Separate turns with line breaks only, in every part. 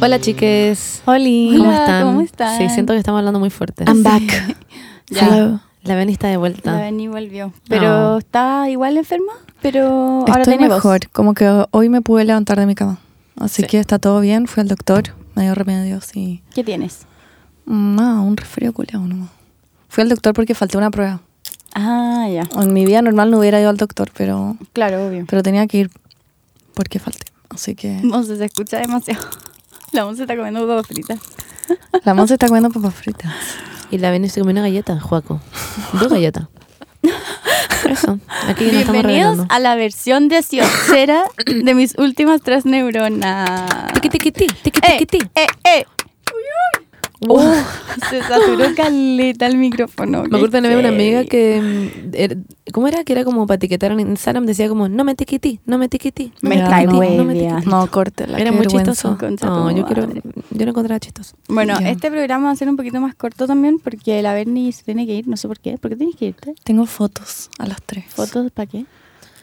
Hola chiques.
Oli.
¿Cómo
Hola,
están?
¿cómo están?
Sí, siento que estamos hablando muy fuerte.
I'm
Sí.
back.
Ya.
Hello.
La Beni está de
La
vuelta.
Beni volvió. Pero
No.
está igual enferma, pero ahora
Estoy
tiene voz.
mejor. Como que hoy me pude levantar de mi cama. Así
Sí.
que está todo bien. Fui al doctor, me dio remedios y.
¿Qué tienes?
No, un resfrío culiao nomás. Fui al doctor porque falté una prueba.
Ah, ya.
En mi vida normal no hubiera ido al doctor, pero,
Claro, obvio.
pero tenía que ir porque falté. Así que.
Monse se escucha demasiado. La Monse está comiendo papas fritas.
La Monse está comiendo papas fritas.
Y la Beni se comió una galleta, Juaco. Dos galletas. Eso. Aquí nos
Bienvenidos
estamos revelando.
a la versión dieciocera de mis últimas tres neuronas.
Tiqui tiqui ti, tiqui
Eh,
tiqui ti. Uh.
eh, uh. eh.
Wow.
Se saturó caleta el micrófono.
Me acuerdo
que
de una amiga que. mm, era- ¿Cómo era? Que era como para etiquetar en Instagram. Decía como, no me tiqui ti, no me tiqui ti. no
Me
me
cae
tiqui ti, no me
huevia.
tiqui ti".
No, córtela. qué
Era muy
vergüenza.
chistoso.
Concha
No,
tu
yo, quiero,
madre.
yo lo encontraba chistoso.
Bueno,
Ya.
este programa va a ser un poquito más corto también porque la Berni se tiene que ir, no sé por qué. ¿Por qué tienes que irte?
Tengo fotos a las tres.
¿Fotos para qué?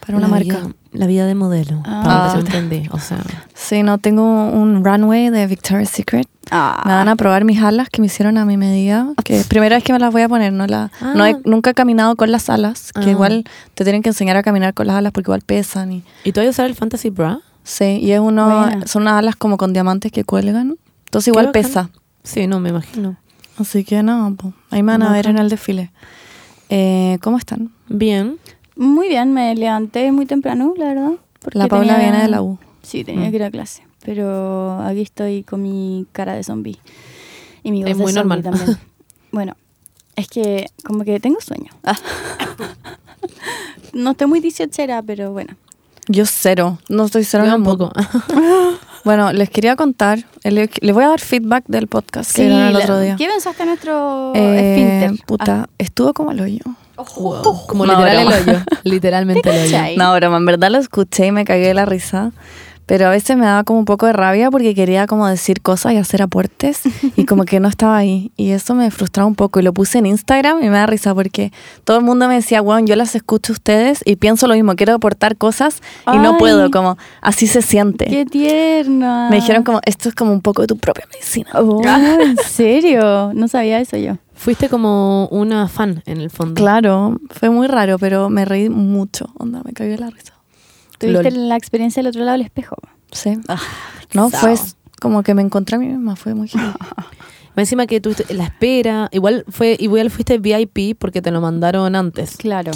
Para una
La
marca.
vida- la vida de modelo.
Ah.
Para que se entendí. O sea.
Sí, no, tengo un runway de Victoria's Secret.
Ah.
Me van a probar mis alas que me hicieron a mi medida. Que primera vez que me las voy a poner, no la,
Ah.
no he- nunca he caminado con las alas, que
Ah.
igual te tienen que enseñar a caminar con las alas porque igual pesan y
¿Y tú vas a usar el fantasy bra?
sí, y es uno,
Buena.
son unas alas como con diamantes que cuelgan, entonces
Oh, Qué
igual
bacán.
pesa.
Sí, no, me imagino.
Así que no, po, ahí me van a ver en el desfile. Eh, ¿Cómo están?
Bien.
Muy bien, me levanté muy temprano, la verdad. porque
La Paula
tenía-
viene de la U.
Sí,
Mm.
tenía que ir a clase. Pero aquí estoy con mi cara de zombie. Y mi voz
Es
de
muy
zombie
normal.
también. Bueno, es que como que tengo sueño. Ah. no estoy muy dieciochera, pero bueno.
Yo cero, no estoy cero en
Yo
el mood.
tampoco.
Bueno, les quería contar, le- les voy a dar feedback del podcast que dieron el
la-
otro día.
¿Qué pensaste de nuestro Ah,
Eh,
esfínter?
Ah.
puta, estuvo como el hoyo.
Wow. Como
No,
literal
broma.
el hoyo. Literalmente
¿Te
el hoyo.
cachai?
No, broma, en verdad lo escuché y me cagué de la risa. Pero a veces me daba como un poco de rabia porque quería como decir cosas y hacer aportes y como que no estaba ahí. Y eso me frustraba un poco y lo puse en Instagram y me da risa porque todo el mundo me decía, wow, yo las escucho a ustedes y pienso lo mismo, quiero aportar cosas y
Ay.
no puedo, como así se siente.
¡Qué tierna!
Me dijeron como, ah". esto es como un poco de tu propia medicina.
Oh, ¿En serio? No sabía eso yo.
Fuiste como una fan en el fondo.
Claro, fue muy raro, pero me reí mucho. Onda, me cagué de la risa.
Tuviste
Lol.
la experiencia del otro lado del espejo.
Sí.
No,
No,
fue
fue
s-
como que me encontré a mí misma, fue muy
Más Encima que tuviste la espera. Igual fue igual fuiste VIP porque te lo mandaron antes.
Claro.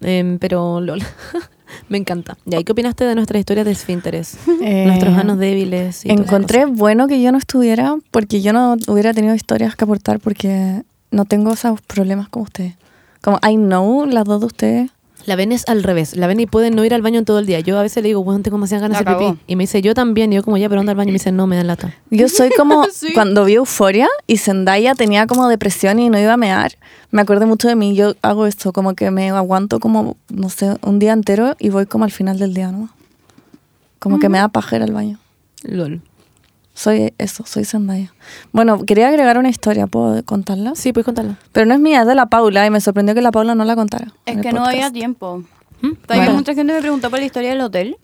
Em, pero lol. Me encanta. ¿Y ahí qué opinaste de nuestras historias de esfínteres?
Eh,
Eh,
Nuestros manos débiles. y todas esas
Encontré
cosas.
bueno que yo no estuviera porque yo no hubiera tenido historias que aportar porque no tengo esos problemas como ustedes. Como I know las dos de ustedes.
La ven es al revés. La ven y pueden no ir al baño en todo el día. Yo a veces le digo, bueno, tengo demasiadas ganas de
La
hacer pipí.
cagó.
Y me dice, yo también. Y yo como, ya, pero anda al baño. Y me dice, no, me dan lata.
Yo soy como cuando vi Euforia y Zendaya tenía como depresión y no iba a mear. Me acuerdo mucho de mí, yo hago esto, como que me aguanto como, no sé, un día entero y voy como al final del día, ¿no? Como que me da pajera al baño.
Lol.
Soy eso, soy Zendaya. Bueno, quería agregar una historia, ¿puedo contarla?
Sí, puedes contarla.
Pero no es mía, es de la Paula y me sorprendió que la Paula no la contara. en
Es
el
que no
podcast.
había tiempo.
¿Mm?
También
Bueno.
mucha gente me preguntó por la historia del hotel.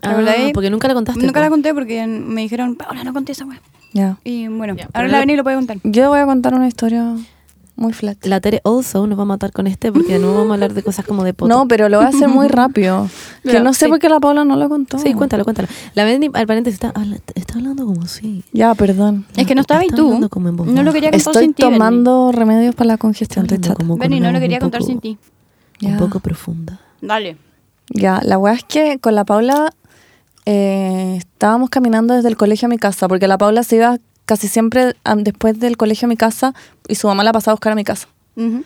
¿Te
Ah,
acordáis?
porque nunca la contaste.
Nunca la
po.
conté porque me dijeron, Paula, no conté esa weá.
Ya.
Y bueno,
Ya,
ahora
pero
la
lo- Mm.
Beni lo puede contar.
Yo voy a contar una historia muy flat.
La Tere Also nos va a matar con este porque de nuevo vamos a hablar de cosas como de poto.
No, pero lo voy a hacer muy rápido. que
Ya,
no sé
sí.
por qué la Paula no la contó.
Sí, cuéntalo, cuéntalo. La Bendy, al paréntesis, está, habla- está hablando como sí.
Ya, perdón.
Es que no estaba y
Está
tú.
hablando como en voz
No lo
baja.
quería contar
Estoy
sin ti. Berni.
tomando remedios para la congestión. Estoy chata.
como con
Berni,
una
no lo
voz
quería
un
contar
poco-
sin ti.
Ya.
Un poco profunda.
Dale.
Ya, la weá es que con la Paula eh, estábamos caminando desde el colegio a mi casa, porque la Paula se iba casi siempre am, después del colegio a mi casa y su mamá la pasaba a buscar a mi casa.
Ujú.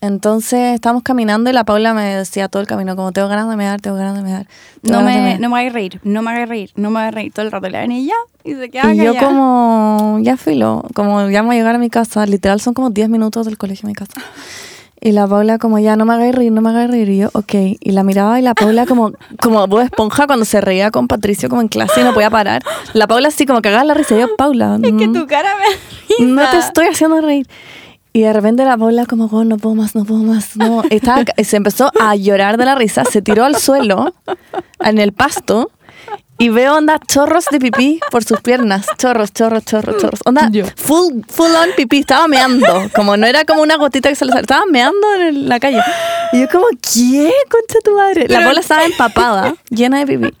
Entonces estábamos caminando y la Paula me decía todo el camino, como tengo ganas de mear, tengo ganas de mear. tengo
No
ganas de
me,
mear".
no me hagas reír, no me hagas reír, no me hagas reír todo el rato. La Beni ya, y se queda
y yo
callada.
como, ya filo, como ya me voy a llegar a mi casa, literal son como 10 minutos del colegio a mi casa. Y la Paula como, ya no me hagáis reír, no me hagáis reír. Y yo, ok. Y la miraba y la Paula como, como Bob Esponja cuando se reía con Patricio como en clase y no podía parar. La Paula así como cagaba la risa. Y yo, Paula,
Es que
mm,
tu cara me da risa.
no te estoy haciendo reír. Y de repente la Paula como, "Oh, no puedo más, no puedo más. No. Estaba- se empezó a llorar de la risa, se tiró al suelo, en el pasto, y veo onda chorros de pipí por sus piernas. Chorros, chorros, chorros, chorros. Onda
Yo.
full, full on pipí, estaba meando. Como no era como una gotita que se le salía, estaba meando en el- la calle. Y yo como, ¿qué? Concha tu madre. La Paula estaba empapada, llena de pipí.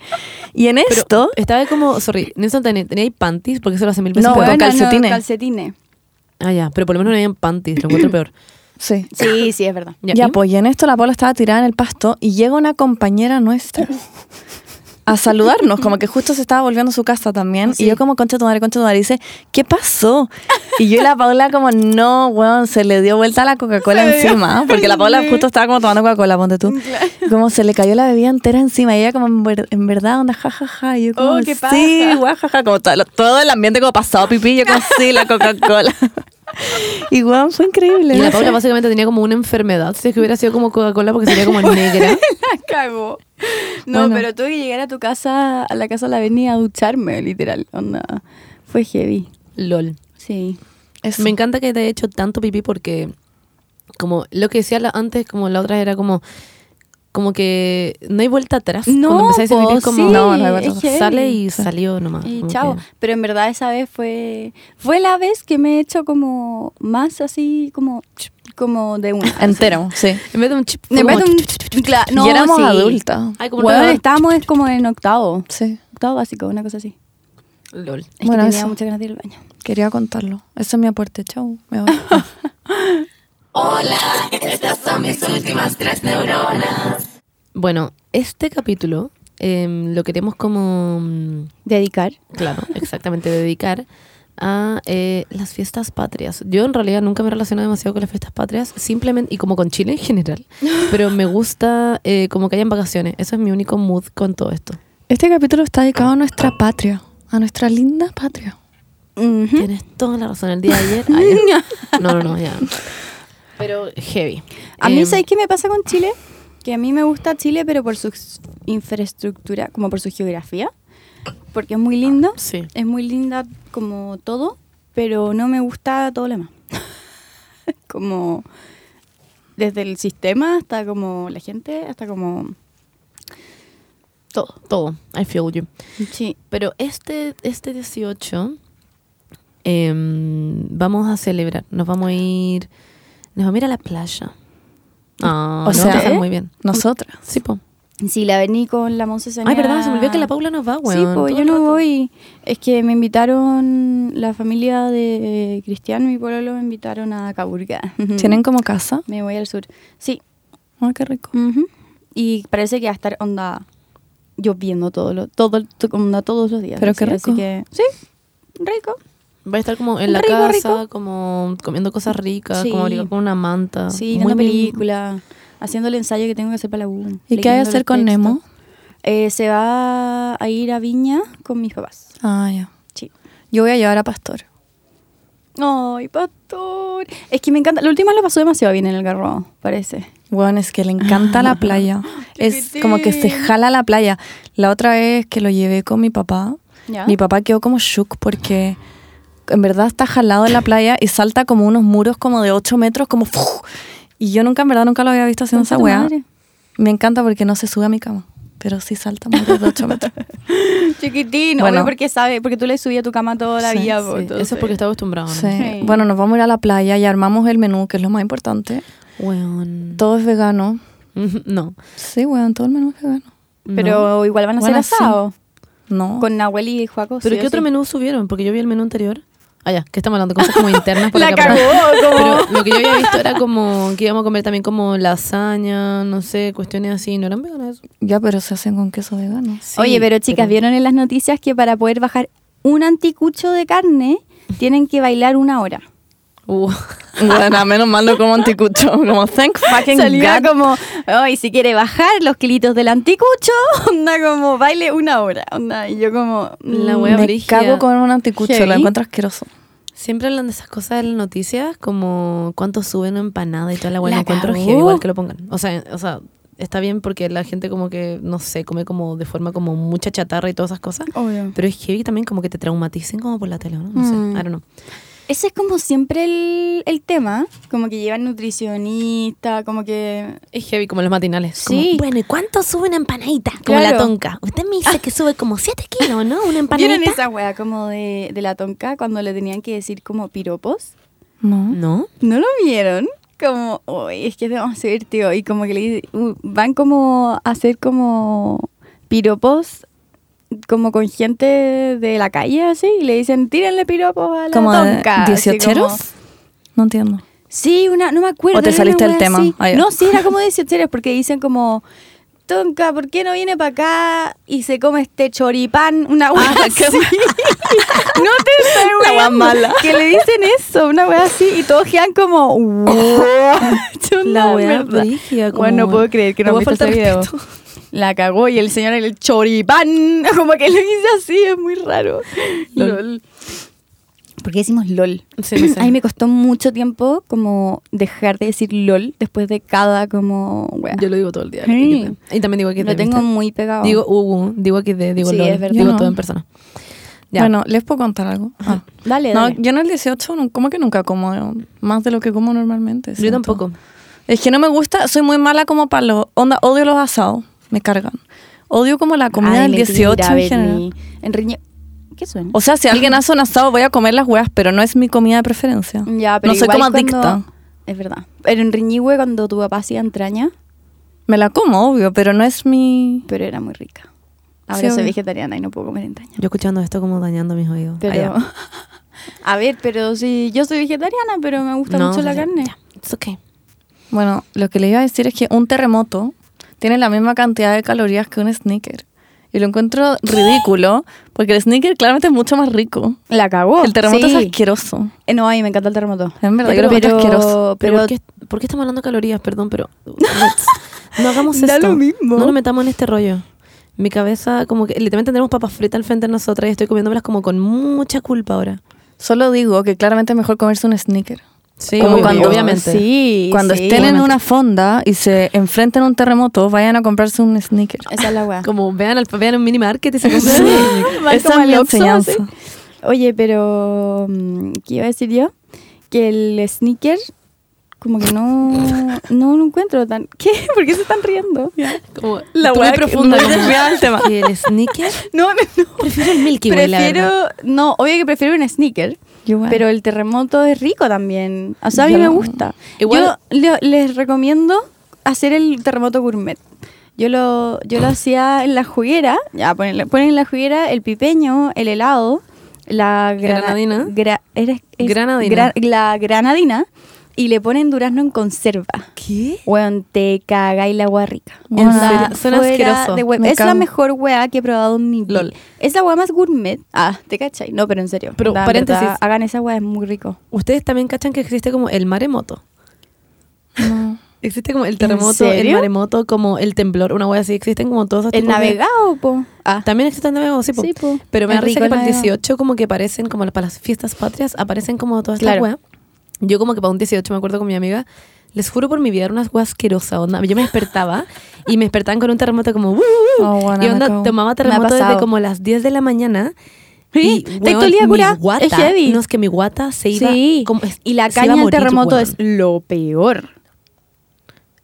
Y en
Pero
esto...
Estaba como, sorry, Nelson tenía, tenía ahí panties porque eso lo hace mil veces
No,
peor.
eh.
bueno. calcetines.
calcetines. calcetines.
Ah, ya, pero por lo menos no habían panties, lo encuentro peor.
sí.
Sí, sí, es verdad.
Ya,
Ya,
¿y?
pues y en esto la Paula estaba tirada en el pasto y llega una compañera nuestra a saludarnos, como que justo se estaba volviendo a su casa también. Y yo como, concha tu madre, concha tu madre, y dice, ¿qué pasó? Y yo y la Paula como, no, weón, se le dio vuelta la Coca-Cola encima, porque la Paula justo estaba como tomando Coca-Cola, ponte tú. Como se le cayó la bebida entera encima y ella como, en, ver- en verdad, onda, jajaja. Y yo como,
Oh, ¿qué pasa?
sí, guajaja, como todo, todo el ambiente como pasado pipí, yo como, sí, la Coca-Cola. Y weón, fue increíble.
Y
no
la
sé.
Paula básicamente tenía como una enfermedad. Si es que hubiera sido como Coca-Cola porque sería como negra.
la cagó. No,
Bueno.
pero tuve que llegar a tu casa, a la casa de la avenida a ducharme, literal. Onda. Fue heavy.
LOL.
Sí.
Eso.
Me encanta que te haya hecho tanto pipí porque, como lo que decía la- antes, como la otra era como, como que no hay vuelta atrás.
No,
Cuando empecé a decir pipí
po,
es como,
sí,
no, no hay vuelta
es
atrás. Sale
heavy.
y salió nomás.
Y
como
chao.
que-
Pero en verdad esa vez fue fue la vez que me he hecho como más así como como de una.
Entero, sí.
En vez de un chip. fue
En vez
como
de un-
chup, chup, chup, chup.
Cla- no,
y éramos
sí.
adultas.
Ay, como
Bueno,
no-
estábamos es como en octavo,
Sí.
octavo básico, una cosa así.
LOL.
Es
Bueno,
que tenía
eso.
muchas ganas de ir al baño.
Quería contarlo. Ese es mi aporte. Chau. Me voy.
Bueno, este capítulo em, lo queremos como. mm,
Dedicar.
Claro, exactamente, dedicar a eh, las fiestas patrias. Yo en realidad nunca me he relacionado demasiado con las fiestas patrias, simplemente, y como con Chile en general, pero me gusta eh, como que hayan vacaciones. Eso es mi único mood con todo esto.
Este capítulo está dedicado a nuestra patria. A nuestra linda patria.
Ujú.
Tienes toda la razón, el día de ayer. ayer. No, no, no, ya. Pero heavy.
A mí,
Em,
¿sabes qué me pasa con Chile? Que a mí me gusta Chile, pero por su infraestructura, como por su geografía, porque es muy lindo,
Sí.
es muy linda como todo, pero no me gusta todo lo demás. como desde el sistema hasta como la gente, hasta como...
Todo, todo. I feel you.
Sí.
Pero este, este 18 em, vamos a celebrar. Nos vamos a ir. Nos vamos a ir a la playa. Ah,
O
lo
sea,
vamos a pasar
¿eh?
muy bien.
Nosotras.
Sí, po.
Sí, la vení con la Monse Sonia.
Ay, verdad, se me olvidó que la Paula nos
Ah,
va, weón.
Sí, pues yo no voy. Es que me invitaron, la familia de Cristian, mi pueblo, me invitaron a Caburga.
¿Tienen como casa?
Me voy al sur. Sí.
Ah, qué rico.
Ujú. Y parece que va a estar onda lloviendo todo lo, todo, to- onda todos los días.
Pero
así,
qué
así
rico.
que, sí, rico.
Va a estar como en la
Rico,
casa,
rico.
como comiendo cosas ricas,
Sí.
como abrigado con una manta.
Sí,
Muy
viendo
bien.
película, haciendo el ensayo que tengo que hacer para la U.
¿Y qué hay que
leyendo
hacer
los
con
textos.
Nemo?
Eh, se va a ir a Viña con mis papás.
Ah, ya.
Sí.
Yo voy a llevar a Pastor.
Ay, pastor. Es que me encanta. La última lo pasó demasiado bien en el garro, parece.
Bueno, es que le encanta la playa. es
Chiquitín.
como que se jala la playa. La otra vez que lo llevé con mi papá,
¿Ya?
Mi papá quedó como shook porque en verdad está jalado en la playa y salta como unos muros como de 8 metros, como ¡fuu! Y yo nunca, en verdad, nunca lo había visto haciendo
Concha
esa
tu
weá.
madre.
Me encanta porque no se sube a mi cama, pero sí salta muros de 8 metros.
Chiquitín,
Bueno.
obvio, porque sabe, porque tú le subías a tu cama toda la
Sí,
vida.
sí.
po,
Eso es
entonces.
porque está acostumbrado. Ah, ¿no?
Sí. Bueno, nos vamos a ir a la playa y armamos el menú, que es lo más importante.
Weón.
Todo es vegano.
No.
Sí, weón, todo el menú es vegano.
Pero igual van a
Bueno, sí.
hacer asado.
No.
Con Nahuel y Juaco.
¿Pero
sí
qué
o
otro
sí.
menú subieron? Porque yo vi el menú anterior. Ah, ya, que estamos hablando de cosas como internas. por
La
acá, pero-
cagó, como.
Pero lo que yo había visto era como que íbamos a comer también como lasaña, no sé, cuestiones así. ¿No eran veganas?
Ya, pero se hacen con queso vegano.
Sí,
Oye, pero chicas,
pero-
¿vieron en las noticias que para poder bajar un anticucho de carne tienen que bailar una hora?
Uh.
Bueno, menos mal no como anticucho. Como thank fucking
Salía
God.
como, ay, si quiere bajar los kilitos del anticucho, onda como baile una hora. Onda, y yo como,
La
mm,
wea
Me
brígida.
cago con un anticucho, lo
Heavy.
encuentro asqueroso.
Siempre hablan de esas cosas en las noticias, como cuánto suben una empanada y toda la buena.
La
encuentro
cagó.
heavy, igual que lo pongan. O sea, o sea, está bien porque la gente como que, no sé, come como de forma como mucha chatarra y todas esas cosas.
Obvio.
Pero es heavy también como que te traumaticen como por la tele, ¿no? No sé,
Mm.
I don't know.
Ese es como siempre el, el tema, como que llevan nutricionista, como que...
Es heavy como los matinales.
Sí.
Como, bueno, ¿y cuánto sube una empanadita? Como
Claro.
la
Ah.
tonca. Usted me dice que sube como 7 kilos, ¿no? Una
¿Vieron
empanadita.
esa wea como de, de la tonca cuando le tenían que decir como piropos?
No.
Mm.
No.
¿No lo vieron? Como, uy, es que es demasiado divertido. Y como que le uh, van como a hacer como piropos como con gente de la calle así y le dicen tírenle piropos a la
¿Como
tonca. así
dieciocheros?
como-
No entiendo.
Sí, una, no me acuerdo.
¿O te
era
saliste
una
del
wea
tema?
así.
Ah, ya.
No, sí, era como 18 porque dicen como, Tonka, ¿por qué no viene para acá y se come este choripán? Una wea así. no te estoy
La wea
weando.
mala.
Que le dicen eso, una wea así, y todos quedan como, wow.
La wea
verdad.
brígida, como-
Bueno, no puedo creer que no,
No
me
puedo
ese
faltar
video. La cagó y el señor era el choripán, como que lo hice así, es muy raro.
Lol.
LOL. ¿Por qué decimos LOL?
Sí,
Pues
no sé.
A mí me costó mucho tiempo como dejar de decir LOL después de cada como wea.
Yo lo digo todo el día.
Sí.
Y también digo que
Lo tengo muy pegado.
Digo uh, digo que digo
Sí,
lol,
es verdad.
digo
Yo
todo
no.
en persona. Ya.
Bueno, ¿les puedo contar algo? Ah.
dale,
No,
dale.
yo en el 18 no, como que nunca como eh, más de lo que como normalmente.
yo
siento.
tampoco.
Es que no me gusta, soy muy mala como para los... Onda, odio los asados, me cargan. Odio como la comida
Ay,
del
mentira,
18 en
Britney.
general.
En riñe- ¿Qué suena?
O sea, si alguien hace un asado voy a comer las huevas, pero no es mi comida de preferencia.
ya, pero
no soy
igual
como
cuando-
adicta.
Es verdad. Pero en Riñihue cuando tu papá hacía entraña,
Me la como, obvio, pero no es mi...
pero era muy rica.
Sí,
Ahora soy
obvio.
vegetariana y no puedo comer entraña.
Yo escuchando esto como dañando mis oídos. Ah,
Pero,
ya.
a ver, pero sí, yo soy vegetariana, pero me gusta
No,
mucho la
ya,
carne.
ya. It's okay.
Bueno, lo que le iba a decir es que un terremoto tiene la misma cantidad de calorías que un sneaker. Y lo encuentro ridículo, porque el sneaker claramente es mucho más rico.
La cagó.
El terremoto
Oh, sí.
es asqueroso.
Eh, No, a mí me encanta el terremoto.
En verdad,
pero,
yo lo encuentro asqueroso.
Pero,
Oh, Pero,
¿por, qué, por qué estamos hablando de calorías? Perdón, pero let's- no hagamos
Da
esto.
lo mismo.
No nos metamos en este rollo. Mi cabeza, como que literalmente tenemos papas fritas al frente de nosotras y estoy comiéndomelas como con mucha culpa ahora.
Solo digo que claramente es mejor comerse un sneaker.
Sí,
Como
obvio,
cuando-
obviamente.
Sí,
Cuando
sí,
estén en
obviamente.
una fonda y se enfrenten a un terremoto, vayan a comprarse un sneaker.
Esa es la weá.
Como vean, al, vean un mini market y se compran.
Sí.
Van como
Esa es
al
mi
Oxxo,
enseñanza.
así. Oye, pero. mm, ¿Qué iba a decir yo? Que el sneaker, como que no. No lo encuentro tan. ¿Qué? ¿Por qué se están riendo?
Como,
La
tú
hueá
muy
que-
profunda.
no,
¿no?
desviada del tema.
Y el sneaker.
No, no, no.
Prefiero el Milky Way, la
Prefiero. No, obvio que prefiero un sneaker. Pero el terremoto es rico también. O sea, a mí
Yo-
me gusta.
Igual-
Yo le- les recomiendo hacer el terremoto gourmet. Yo lo, yo lo hacía en la juguera. Ya, ponen, ponen en la juguera el pipeño, el helado, la grana-
Granadina.
gra- era- es-
Granadina.
gra- la granadina. Y le ponen durazno en conserva.
¿Qué?
Weón, te cagáis la agua rica.
¿En
Onda,
serio? Suena
fuera
asqueroso.
de hue-
Me
es la
cago.
mejor weá que he probado en mi vida.
Lol.
Es la weá más gourmet. Ah, te cachai. No, pero en serio.
Pero,
Onda, en
paréntesis.
verdad, hagan esa weá, es muy rico.
Ustedes también cachan que existe como el maremoto.
No.
Existe como el terremoto, el
serio?
maremoto, como el temblor, una wea así. Existen como todos esos
El
tipos de-
navegado, po. Ah,
También existen navegos, sí, po.
sí, po.
Pero me da
El
risa
rico
que para el
navegado.
18 como que aparecen, como para las fiestas patrias, aparecen como todas estas
Claro.
weas. Yo como que para un 18 me acuerdo con mi amiga, les juro por mi vida, era unas weas asquerosa onda. Yo me despertaba y me despertaban con un terremoto como... "Uh, uh, uh".
Oh, bueno,
y
me
onda,
cago.
tomaba terremoto
Me ha
desde
pasado.
como las 10 de la mañana.
Sí,
y,
estoy
weón,
todo el día
mi
curada. Es
guata,
heavy.
No, es que mi guata se iba...
Sí.
como- es-
Y la
se iba a
caña del
morir,
terremoto
weón.
es lo peor.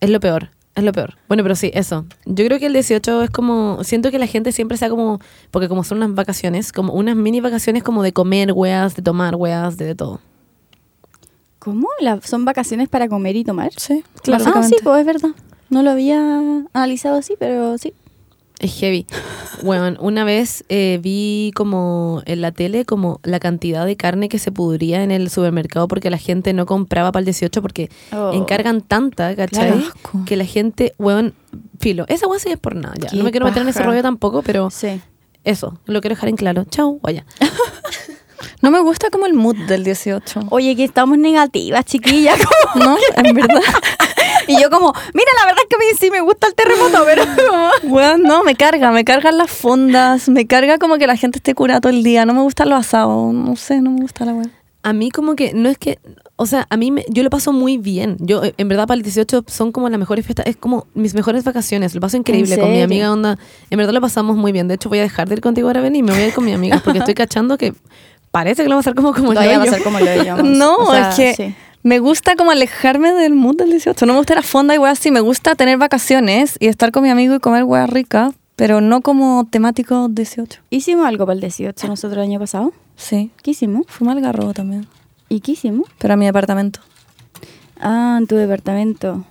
Es lo peor, es lo peor. Bueno, pero sí, eso. Yo creo que el 18 es como. Siento que la gente siempre sea como. Porque como son unas vacaciones, como unas mini vacaciones como de comer weas, de tomar weas, de, de todo.
¿Cómo? La- ¿Son vacaciones para comer y tomar?
Sí,
Claro. Ah, sí,
básicamente.
pues es verdad. No lo había analizado así, pero sí.
Es heavy. Bueno, una vez eh, vi como en la tele como la cantidad de carne que se pudría en el supermercado porque la gente no compraba para el 18 porque
Oh.
encargan tanta, ¿cachai?
Claro. Asco.
Que la gente, weón, filo. Esa wea sí es por nada. ya.
Qué
No me quiero meter en ese
paja.
rollo tampoco, pero
Sí.
eso, lo quiero dejar en claro. Chau, vaya.
No me gusta como el mood del 18.
Oye, que estamos negativas, chiquillas. como-
No, en verdad.
y yo como, mira, la verdad es que a mí sí me gusta el terremoto, pero como...
Weón, no, me carga, me cargan las fondas, me carga como que la gente esté curada todo el día, no me gustan los asados, no sé, no me gusta la weá.
A mí como que no es que, o sea, a mí me- yo lo paso muy bien. Yo eh, en verdad para el 18 son como las mejores fiestas, es como mis mejores vacaciones. Lo paso increíble con mi
serio?
amiga onda. En verdad lo pasamos muy bien. De hecho voy a dejar de ir contigo ahora Beni, y me voy a ir con mi amiga porque estoy cachando que parece que lo va a hacer como como
Todavía
yo.
va a ser como lo de Jonas.
No,
O sea,
es que
sí.
me gusta como alejarme del mood del 18. No me gusta ir a fonda y weas así. Me gusta tener vacaciones y estar con mi amigo y comer weas ricas, pero no como temático 18.
Hicimos algo para el 18 nosotros el año pasado.
Sí.
¿Qué hicimos?
Fui al garrobo también,
¿Y qué hicimos?
pero a mi departamento.
Ah, en tu departamento.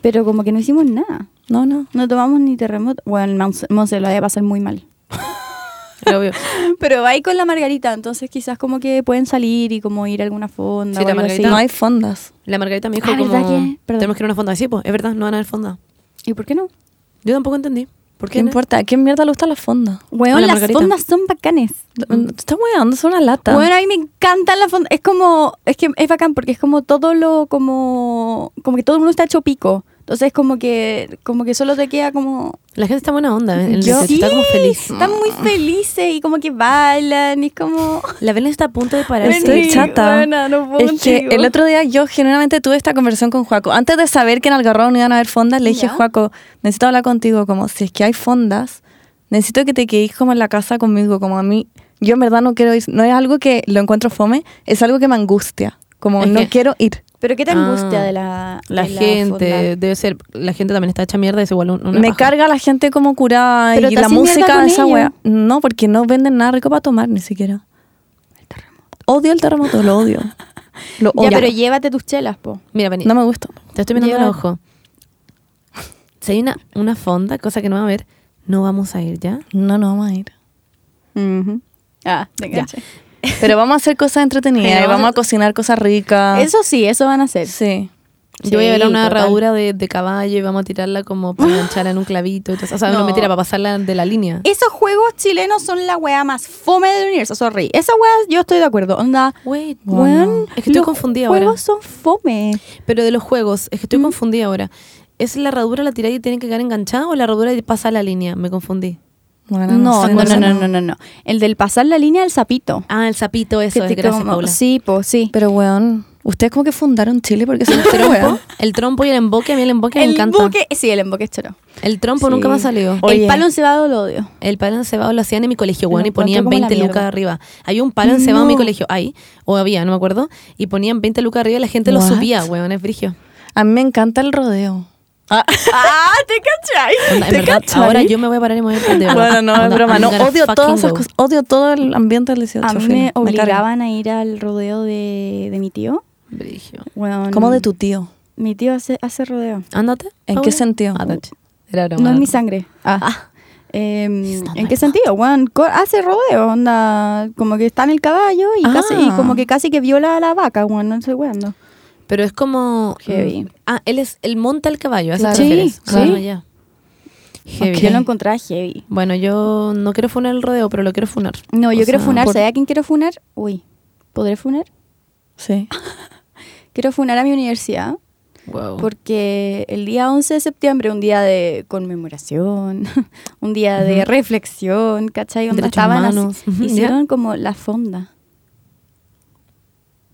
Pero como que no hicimos nada.
No, no.
No tomamos ni terremoto. Bueno, Monse- Monse lo vaya a pasar muy mal.
Obvio.
Pero va ahí con la Margarita, entonces quizás como que pueden salir y como ir a alguna fonda.
Sí,
o
la
algo así.
Margarita.
No hay fondas.
La Margarita me dijo
Ah,
como,
¿verdad que? Perdón.
tenemos que ir a una fonda. Sí, pues, es verdad, no van a haber fonda.
¿Y por qué no?
Yo tampoco entendí. ¿Por
¿Qué
qué? no?
importa? ¿A quién mierda le gustan las fondas?
Weón,
Hola,
las
Margarita.
fondas son bacanes.
Está weando, son una lata.
Bueno, a mí me encantan las fondas. Es como, es que es bacán porque es como todo lo, como, como que todo el mundo está hecho pico. Entonces como que, como que solo te queda como...
La gente está buena onda, ¿eh? El
Yo-
18 está como feliz. Ah.
Están muy felices y como que bailan y es como...
La Belén está a punto de parar.
Estoy
Vení,
chata.
buena, no puedo
es que
contigo.
el otro día yo generalmente tuve esta conversación con Juaco. Antes de saber que en Algarrobo no iban a haber fondas, le dije,
Ya.
Juaco, necesito hablar contigo. Como, si es que hay fondas, necesito que te quedes como en la casa conmigo. Como a mí, yo en verdad no quiero ir. No es algo que lo encuentro fome, es algo que me angustia. Como
Es
no
que-
quiero ir.
Pero qué te
Ah.
angustia de la...
La
de
gente,
fonda?
debe ser, la gente también está hecha mierda, es igual un- una
me
paja.
carga la gente como curada
Pero
y
te
la
haces mierda
música
con
esa
ellos.
wea. No, porque no venden nada rico para tomar ni siquiera. Odio el terremoto, lo odio. Lo
Ya,
odio.
pero llévate tus chelas, po.
Mira, vení.
no me gusta.
Te estoy mirando el
Lleva-
ojo. Si hay una, una fonda, cosa que no va a haber, no vamos a ir ya.
No, no vamos a ir.
Ah, te enganché.
Pero vamos a hacer cosas entretenidas
Pero
y vamos a cocinar cosas ricas.
Eso sí, eso van a hacer.
sí.
Sí,
Ah. Yo voy a ver una
total.
herradura de, de caballo y vamos a tirarla como para engancharla en un clavito. y todo eso. O sea, no, Eh,
No.
mentira, para pasarla de la línea.
Esos juegos chilenos son la weá más fome del universo, sorry. Esa weá yo estoy de acuerdo. Onda,
Wait,
weón,
Es que estoy
los
confundida
juegos son
ahora.
fome.
Pero de los juegos, es que estoy confundida ahora. ¿Es la herradura la tirada y tiene que quedar enganchada o la herradura y pasa la línea? Me confundí.
Bueno,
No,
sé,
no, no,
sé,
no, no, no, no. El del pasar la línea del sapito.
Ah, el sapito, eso
Que
es,
te
gracias,
como-
Paula.
Sí, pues sí.
Pero, weón, ustedes como que fundaron Chile porque son
El
weón.
trompo, el trompo y el emboque, a mí el emboque me encanta.
buque, sí, el emboque es choro.
El trompo nunca me ha salido.
Oye.
El palo encebado lo odio.
El palo encebado lo hacían en mi colegio,
Lo
weón, y
encuentro
ponían
como la
20 lucas
mierda.
arriba. Hay un palo encebado en mi
No.
colegio, ahí, o había, no me acuerdo, y ponían 20 lucas arriba y la gente lo
What?
subía, weón, es brigio.
A mí me encanta el rodeo. Ah,
¡Ah! ¿Te cachai?
Onda, En verdad, ahora yo me voy a parar y me voy a ir de verdad.
bueno, no,
Onda,
es broma.
I'm
No,
gonna
odio
fucking
todas esas
go.
cosas. Odio todo el ambiente del 18.
A mí
Feli.
me
carga.
obligaban a ir al rodeo de, de mi tío.
Brigio.
Weón,
Como de tu tío.
Mi tío hace, hace rodeo.
Ándate.
¿En
Paula.
qué sentido?
Ah,
Ándate. Era broma.
No es
era
mi
broma.
sangre. Ah. Em,
It's not
¿En
my
qué sentido? Juan co- hace rodeo, onda, como que está en el caballo y,
Ah.
casi, y como que casi que viola a la vaca, Juan, no estoy weando.
Pero es como.
Heavy.
Ah, él es. Él monta el caballo, a eso
Claro.
te
Sí,
refieres.
sí.
Ah, ya. Heavy.
Yo lo encontraba heavy.
Bueno, yo no quiero funar el rodeo, pero lo quiero funar.
No, yo
O
quiero
sea,
funar,
por-
¿sabes a quién quiero funar? Uy, ¿podré funar?
Sí.
Quiero funar a mi universidad
Wow.
porque el día 11 de septiembre, un día de conmemoración, un día de reflexión, ¿cachai? Onda,
Derechos
estaban así-
humanos. Ujú, ya.
hicieron como la fonda.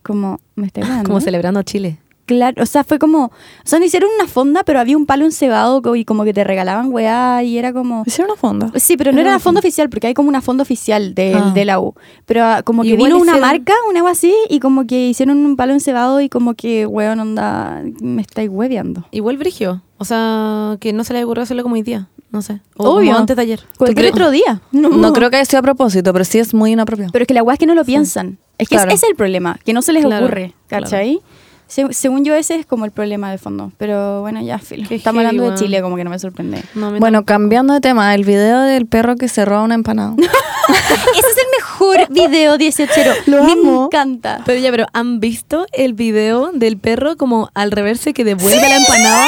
Como, me estoy weando.
Como celebrando a Chile.
Claro, o sea, fue como. O sea, no hicieron una fonda, pero había un palo encebado co- y como que te regalaban weá y era como.
Hicieron una fonda.
Pues Sí, pero no era la fonda oficial, porque hay como una fonda oficial de,
Ah.
de la U. Pero ah, como que
Igual
vino una
hicieron-
marca, una agua así, y como que hicieron un palo encebado y como que, weón, onda, me estáis hueveando.
Igual Brigio. O sea, que no se le ocurrió hacerlo como hoy día. No sé. O
Obvio.
Oh, como antes de ayer.
Cualquier
¿Tú crees?
otro día.
No. creo que haya sido a propósito, pero sí es muy inapropiado.
Pero es que la weá es que no lo piensan. Es que
Claro.
ese es el problema, que no se les
Claro,
ocurre, ¿cachai? Se- según yo, ese es como el problema de fondo. Pero bueno, ya, filo.
Qué
Estamos
heavy,
hablando de
weón.
Chile, como que no me sorprende.
No, me-
Bueno, cambiando de tema, el video del perro que se roba una empanada.
Ese es el mejor video 18.
Lo
Me
amo.
encanta.
Pero ya, pero ¿han visto el video del perro como al reverse que devuelve la empanada?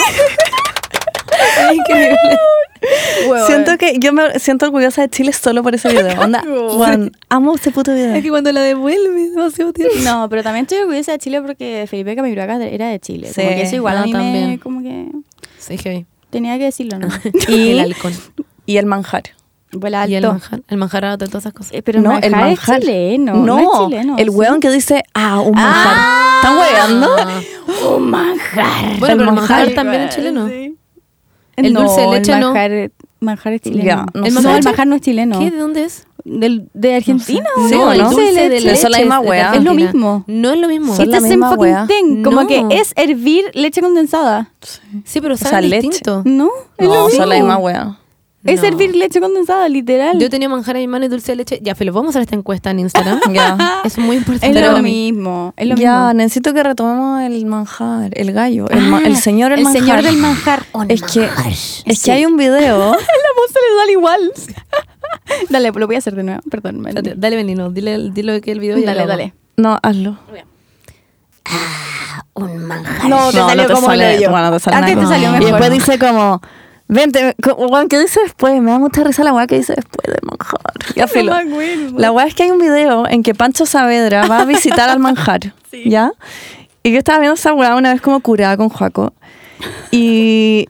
Es increíble.
Siento que yo me siento orgullosa de Chile solo por ese video. Onda, Juan, amo ese puto
Es que
video.
cuando la devuelve es demasiado tierno.
No, pero también estoy orgullosa de Chile porque Felipe Camiroaga era de Chile.
Sí,
como que eso igual
no,
a mí me-
también.
como que
Sí, heavy.
tenía que decirlo, ¿no?
Y el halcón.
Y el manjar.
Vuela alto.
Y el manjar. El manjar alto, todas esas cosas.
Eh, pero no, el manjar es chileno. No,
No,
es chileno,
el
sí.
weón que dice, ah, un manjar. ¿Están hueveando?
Un manjar.
Bueno, Ah. pero el
manjar
manjar también es chileno.
El
El
no,
dulce de leche
el
no.
manjar, Manjar es chileno.
Ya, no
el,
sé.
manjar no es chileno.
¿Qué? ¿De dónde es?
del, de Argentina.
No,
¿o
Sí,
no,
no?
el
¿no?
dulce de
No es
leche
la misma weá.
Es lo mismo.
No es lo mismo.
Son
It's
la
the same
misma
fucking
wea.
thing. Como
No.
que es hervir leche condensada.
Sí, pero
sea,
sabe
leche.
distinto.
No, es lo
No,
mismo.
son la misma wea.
Es
No.
hervir leche condensada, literal.
Yo tenía manjar a mi mano y dulce de leche. Ya, Filo, vamos a hacer esta encuesta en Instagram.
Ya.
es muy importante.
es
para
lo
mí.
mismo. Es lo
Ya,
mismo.
necesito que retomemos el manjar, el gallo, el, ma-
Ah,
el señor el,
el
manjar.
señor del manjar.
Es que, es que hay un video.
La voz se le da al igual. dale, lo voy a hacer de nuevo. Perdón. Mari.
Espérate, Dale, Benino, dile, dile que el video ya
Dale,
lo hago.
dale.
No, hazlo.
Un manjar.
No, te salió como lo de yo.
bueno, te sale
Antes
nada.
te salió
Y
mejor.
después dice como, vente, co- weón, ¿qué dice después? Me da mucha risa la weá que dice después del manjar. Ya filo.
me acuerdo.
La weá es que hay un video en que Pancho Saavedra va a visitar al manjar, ¿ya? Y yo estaba viendo esa weá una vez como curada con Joaco. Y,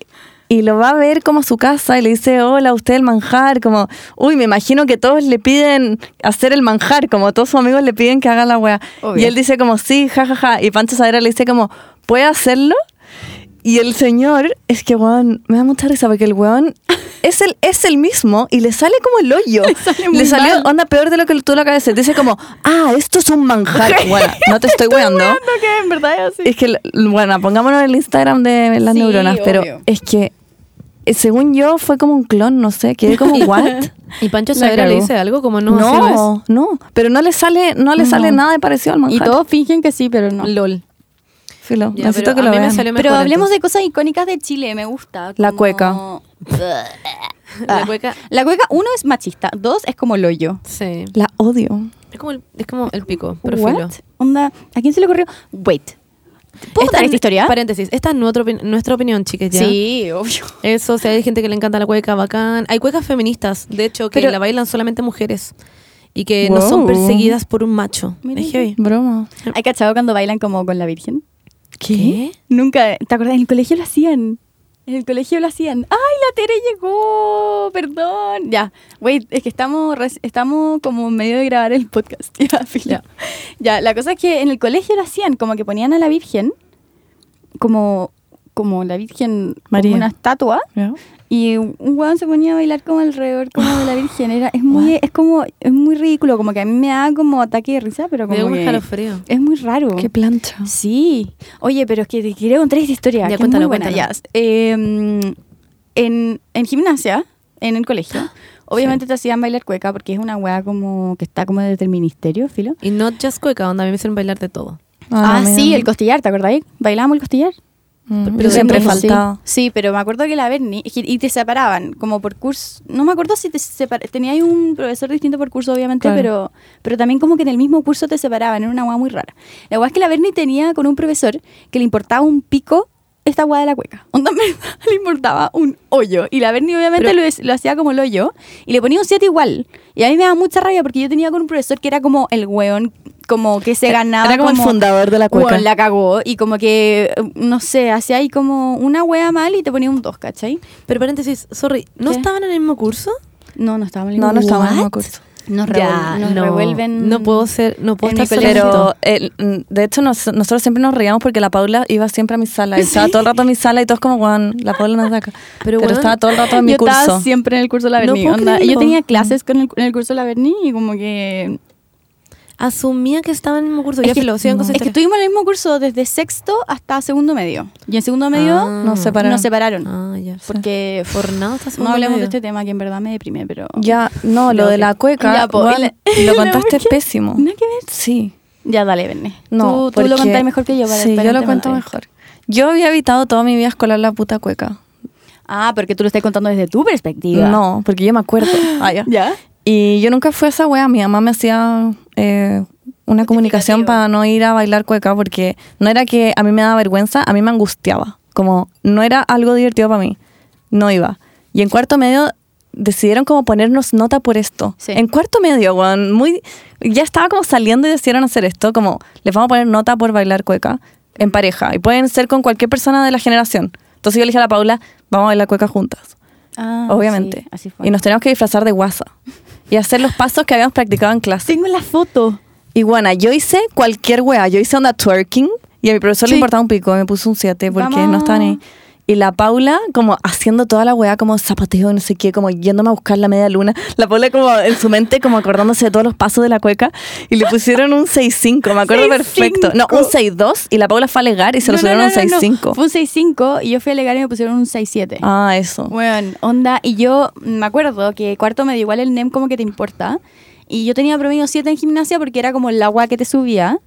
y lo va a ver como a su casa y le dice, hola, usted el manjar. Como, uy, me imagino que todos le piden hacer el manjar, como todos sus amigos le piden que haga la weá.
Obvio.
Y él dice como, sí, jajaja. Y Pancho Saavedra le dice como, ¿puede hacerlo? Y el señor, es que weón, me da mucha risa porque el weón es el, es el mismo y le sale como el hoyo. Le,
sale muy
salió
mal.
onda peor de lo que tú lo acabas de decir. Dice como, ah, esto es un manjar. Bueno, no te estoy weando.
Siento que en verdad es así.
Es que, l- bueno, pongámonos el Instagram de las
Sí,
neuronas, pero
obvio.
es que, eh, según yo, fue como un clon, no sé, quedé como, ¿what?
Y Pancho
La
Saavedra le
cagó.
dice algo como no, así no
No, no, pero no le sale, no le sale nada de parecido al
Y
manjar.
todos fingen que sí, pero no.
es. LOL.
Filo,
Ya,
necesito
pero
que
a
lo
mí me
vean.
salió
Pero
mejor,
hablemos
entonces.
de cosas icónicas de Chile, me gusta.
La
como- Ah.
cueca.
La cueca,
La cueca, uno, es machista. Dos, es como loyo.
sí.
La odio.
Es como el, es como el pico, perfilo.
Onda, ¿a quién se le ocurrió? Wait. ¿Puedo
Esta-
contar esta historia?
Paréntesis. Esta es nuestra, opin- nuestra opinión, chicas. ya.
Sí, obvio.
Eso, o sea, hay gente que le encanta la cueca, bacán. Hay cuecas feministas, de hecho, que
Pero-
la bailan solamente mujeres y que no son
Wow.
perseguidas por un macho.
Mira
Es heavy.
Broma.
¿Hay cachado cuando bailan como con la Virgen?
¿Qué?
Nunca, ¿te acuerdas? En el colegio lo hacían. En el colegio lo hacían. ¡Ay, la Tere llegó! Perdón. Ya, wait, es que estamos, reci- estamos como en medio de grabar el podcast. Ya, filo. Ya, la cosa es que en el colegio lo hacían, como que ponían a la Virgen, como, como la Virgen, como
María.
una estatua,
¿Ya?
y un weón se ponía a bailar como alrededor como de la Virgen. Era, es muy, es como, es muy ridículo, como que a mí me da como ataque de risa, pero
Me dio
como
un
que-
escalofrío.
es muy raro.
Qué plancha.
Sí. Oye, pero es que te quiero contar esta historia.
Ya,
que es
cuéntalo,
muy buena.
cuéntalo.
Ya, eh, en, en gimnasia, en el colegio, obviamente te hacían bailar cueca porque es una weá como que está como desde el ministerio, filo.
Y no just cueca, onda, a mí me hicieron bailar de todo.
Ah, sí, el costillar, ¿te acordáis? Bailábamos el costillar.
Pero siempre
Sí.
faltaba.
Sí, pero me acuerdo que la Berni, y y te separaban como por curso, no me acuerdo si te separaban, tenía ahí un profesor distinto por curso obviamente,
Claro.
pero, pero también como que en el mismo curso te separaban, era una guada muy rara. La guada es que la Berni tenía con un profesor que le importaba un pico esta guada de la cueca, onda en verdad, le importaba un hoyo, y la Berni obviamente
Pero-
lo, es- lo hacía como el hoyo, y le ponía un 7 igual, y a mí me daba mucha rabia porque yo tenía con un profesor que era como el weón, como que se ganaba.
Era como el fundador de la cueca.
Weón, la cagó y como que, no sé, hacía ahí como una wea mal y te ponía un 2, ¿cachai?
Pero paréntesis, sorry, ¿no
¿Qué?
estaban en el mismo curso?
No, no estábamos
No, no estaba en el mismo
What?
curso.
Nos,
Ya,
revol- nos
no,
revuelven.
No puedo ser, no puedo
en mi
estar
colegio.
solamente.
Pero el- mm, de hecho nos- nosotros siempre nos reíamos porque la Paula iba siempre a mi sala. y Estaba todo el rato en mi sala y todos como, Juan, la Paula no es de acá.
Pero,
Pero,
weón,
estaba todo el rato en mi
Yo
curso.
estaba siempre en el curso de la
No
Berni.
puedo
onda,
creerlo.
yo tenía clases con el, en el curso de la Berni y como que.
Asumía que estaban en el mismo curso.
Es
ya
que,
filo, sigan con esa
es que
historia.
estuvimos en el mismo curso desde sexto hasta segundo medio. Y en segundo medio
Ah,
Nos separaron.
nos separaron.
Ah, ya.
Porque
Por nada hasta
no
segundo
hablemos de
medio.
este tema que en verdad me deprime, pero.
Ya, no, lo
Ya,
de
ok.
la cueca,
Ya, po, y
weón,
la-
lo
la
contaste
cueca-
pésimo.
Nada que ver.
Sí.
Ya, dale, Berni.
No,
tú, tú lo
porque-
contáis mejor que yo. para
Sí,
después
yo
no
lo
te
cuento
mates.
mejor. Yo había evitado toda mi vida escolar la puta cueca.
Ah, porque tú lo estás contando desde tu perspectiva.
No, porque yo me acuerdo. Ah, ya.
¿Ya?
Y yo nunca fui a esa wea. Mi mamá me hacía eh, una comunicación para no ir a bailar cueca porque no era que a mí me daba vergüenza, a mí me angustiaba. Como no era algo divertido para mí. No iba. Y en cuarto medio decidieron como ponernos nota por esto.
Sí.
En cuarto medio, weón, muy ya estaba como saliendo y decidieron hacer esto, como les vamos a poner nota por bailar cueca en pareja y pueden ser con cualquier persona de la generación. Entonces yo le dije a la Paula, vamos a bailar cueca juntas obviamente.
Ah, así fue.
y nos teníamos que disfrazar de guasa y hacer los pasos que habíamos practicado en clase.
Tengo la foto.
Y bueno, yo hice cualquier wea, yo hice onda twerking y a mi profesor
Sí.
le importaba un pico, me puso un 7 porque
Vamos.
no estaba ni. Y la Paula, como haciendo toda la weá, como zapateo, no sé qué, como yéndome a buscar la media luna. La Paula, como en su mente, como acordándose de todos los pasos de la cueca. Y le pusieron un 6-5, me acuerdo perfecto. No, un 6-2. Y la Paula fue a alegar y se lo
No, no,
subieron
no,
a un
no, no.
6-5.
Fue un 6-5 y yo fui a alegar y me pusieron un 6-7.
Ah, eso.
Bueno, onda. Y yo me acuerdo que cuarto medio igual el NEM como que te importa. Y yo tenía promedio 7 en gimnasia porque era como el agua que te subía.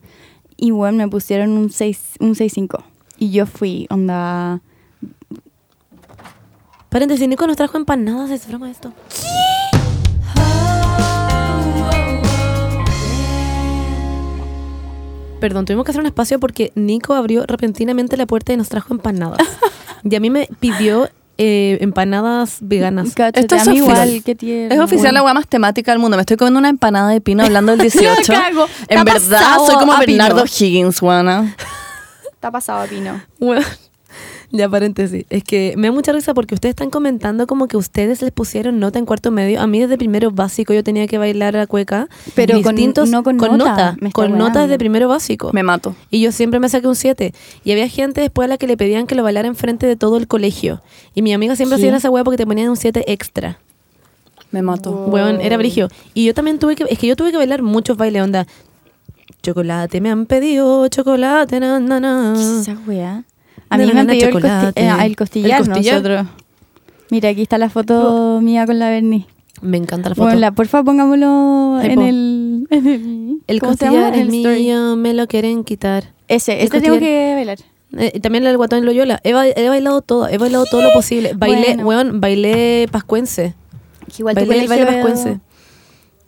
Y bueno, me pusieron un 6 un 6-5. Y yo fui, onda.
Paréntesis, Nico nos trajo empanadas, es broma esto. Perdón, tuvimos que hacer un espacio porque Nico abrió repentinamente la puerta y nos trajo empanadas. y a mí me pidió eh, empanadas veganas.
Cachete,
Esto es
a mí
oficial.
igual, qué tierno.
Es oficial la
Bueno.
weá más temática del mundo. Me estoy comiendo una empanada de pino hablando del 18.
cago.
En
Está
verdad,
pasado
soy como
a pino.
Bernardo Higgins, weona.
Está pasado, Pino.
Bueno, ya paréntesis. Es que me da mucha risa porque ustedes están comentando como que ustedes les pusieron nota en cuarto medio. A mí desde primero básico yo tenía que bailar a cueca.
Pero
Mis
con- no con nota. Me está
con
weando.
notas de primero básico.
Me mato.
Y yo siempre me saqué un 7. Y había gente después a la que le pedían que lo bailara enfrente de todo el colegio. Y mi amiga siempre
¿Qué?
hacía esa hueá porque te ponían un 7 extra.
Me mato.
Oh.
Weón, era brigio. Y yo también tuve que, es que yo tuve que bailar muchos bailes, onda. Chocolate me han pedido, chocolate, na, na, na.
¿Qué es esa weá? A
Ah. No,
mí
no,
me han
no,
pedido el, costi-
chocolate.
eh, el costillar,
¿El costillar?
nosotros. Mira, aquí está la foto mía con la Berni.
Me encanta la foto.
Bueno, la, porfa, pongámoslo
Ahí
en,
po.
el, en el.
El
¿cómo se
costillar
llama?
es
En el story.
mío, me lo quieren quitar.
Ese,
El
este tengo
costillar.
que bailar.
Eh, y también el guatón en Loyola. He, ba- he bailado todo, he bailado todo lo posible. Bailé,
Bueno.
weón, bailé pascuense.
Que igual
bailé el baile pascuense.
pascuense.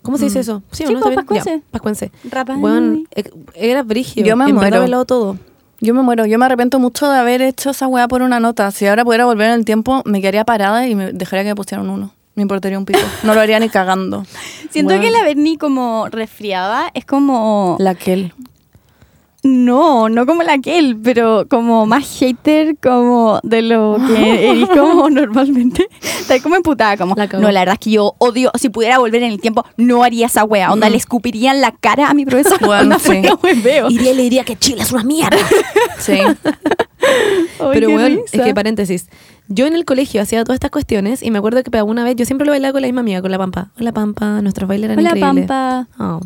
¿Cómo se dice eso? Sí, o
Mm. Sí,
no,
po,
¿Está bien? Ya,
pascuense.
pascuense.
Rapa
Weón,
Nui.
eh, era brígido.
Yo me
en verdad
muero.
he bailado todo.
Yo me muero, yo me arrepiento mucho de haber hecho esa weá por una nota. Si ahora pudiera volver en el tiempo, me quedaría parada y me dejaría que me pusieran uno. Me importaría un pico. No lo haría ni cagando.
Siento que la Berni como resfriada es como.
La Kel.
No, no como la Kel, pero como más hater como de lo que eres como normalmente. Está como emputada, como.
La cagó.
no, la verdad es que yo odio. Si pudiera volver en el tiempo, no haría esa wea. Onda,
Mm.
le escupiría en la cara a mi profesor.
Bueno,
Onda,
sí.
fuera hueveo.
Iría y le diría que Chile es una mierda.
Sí.
Ay,
Pero
qué
weón, es
risa.
que paréntesis. Yo en el colegio hacía todas estas cuestiones y me acuerdo que alguna vez, yo siempre lo bailaba con la misma amiga, con la Pampa. Hola Pampa, nuestros bailes eran
Hola,
increíbles.
Pampa.
Oh.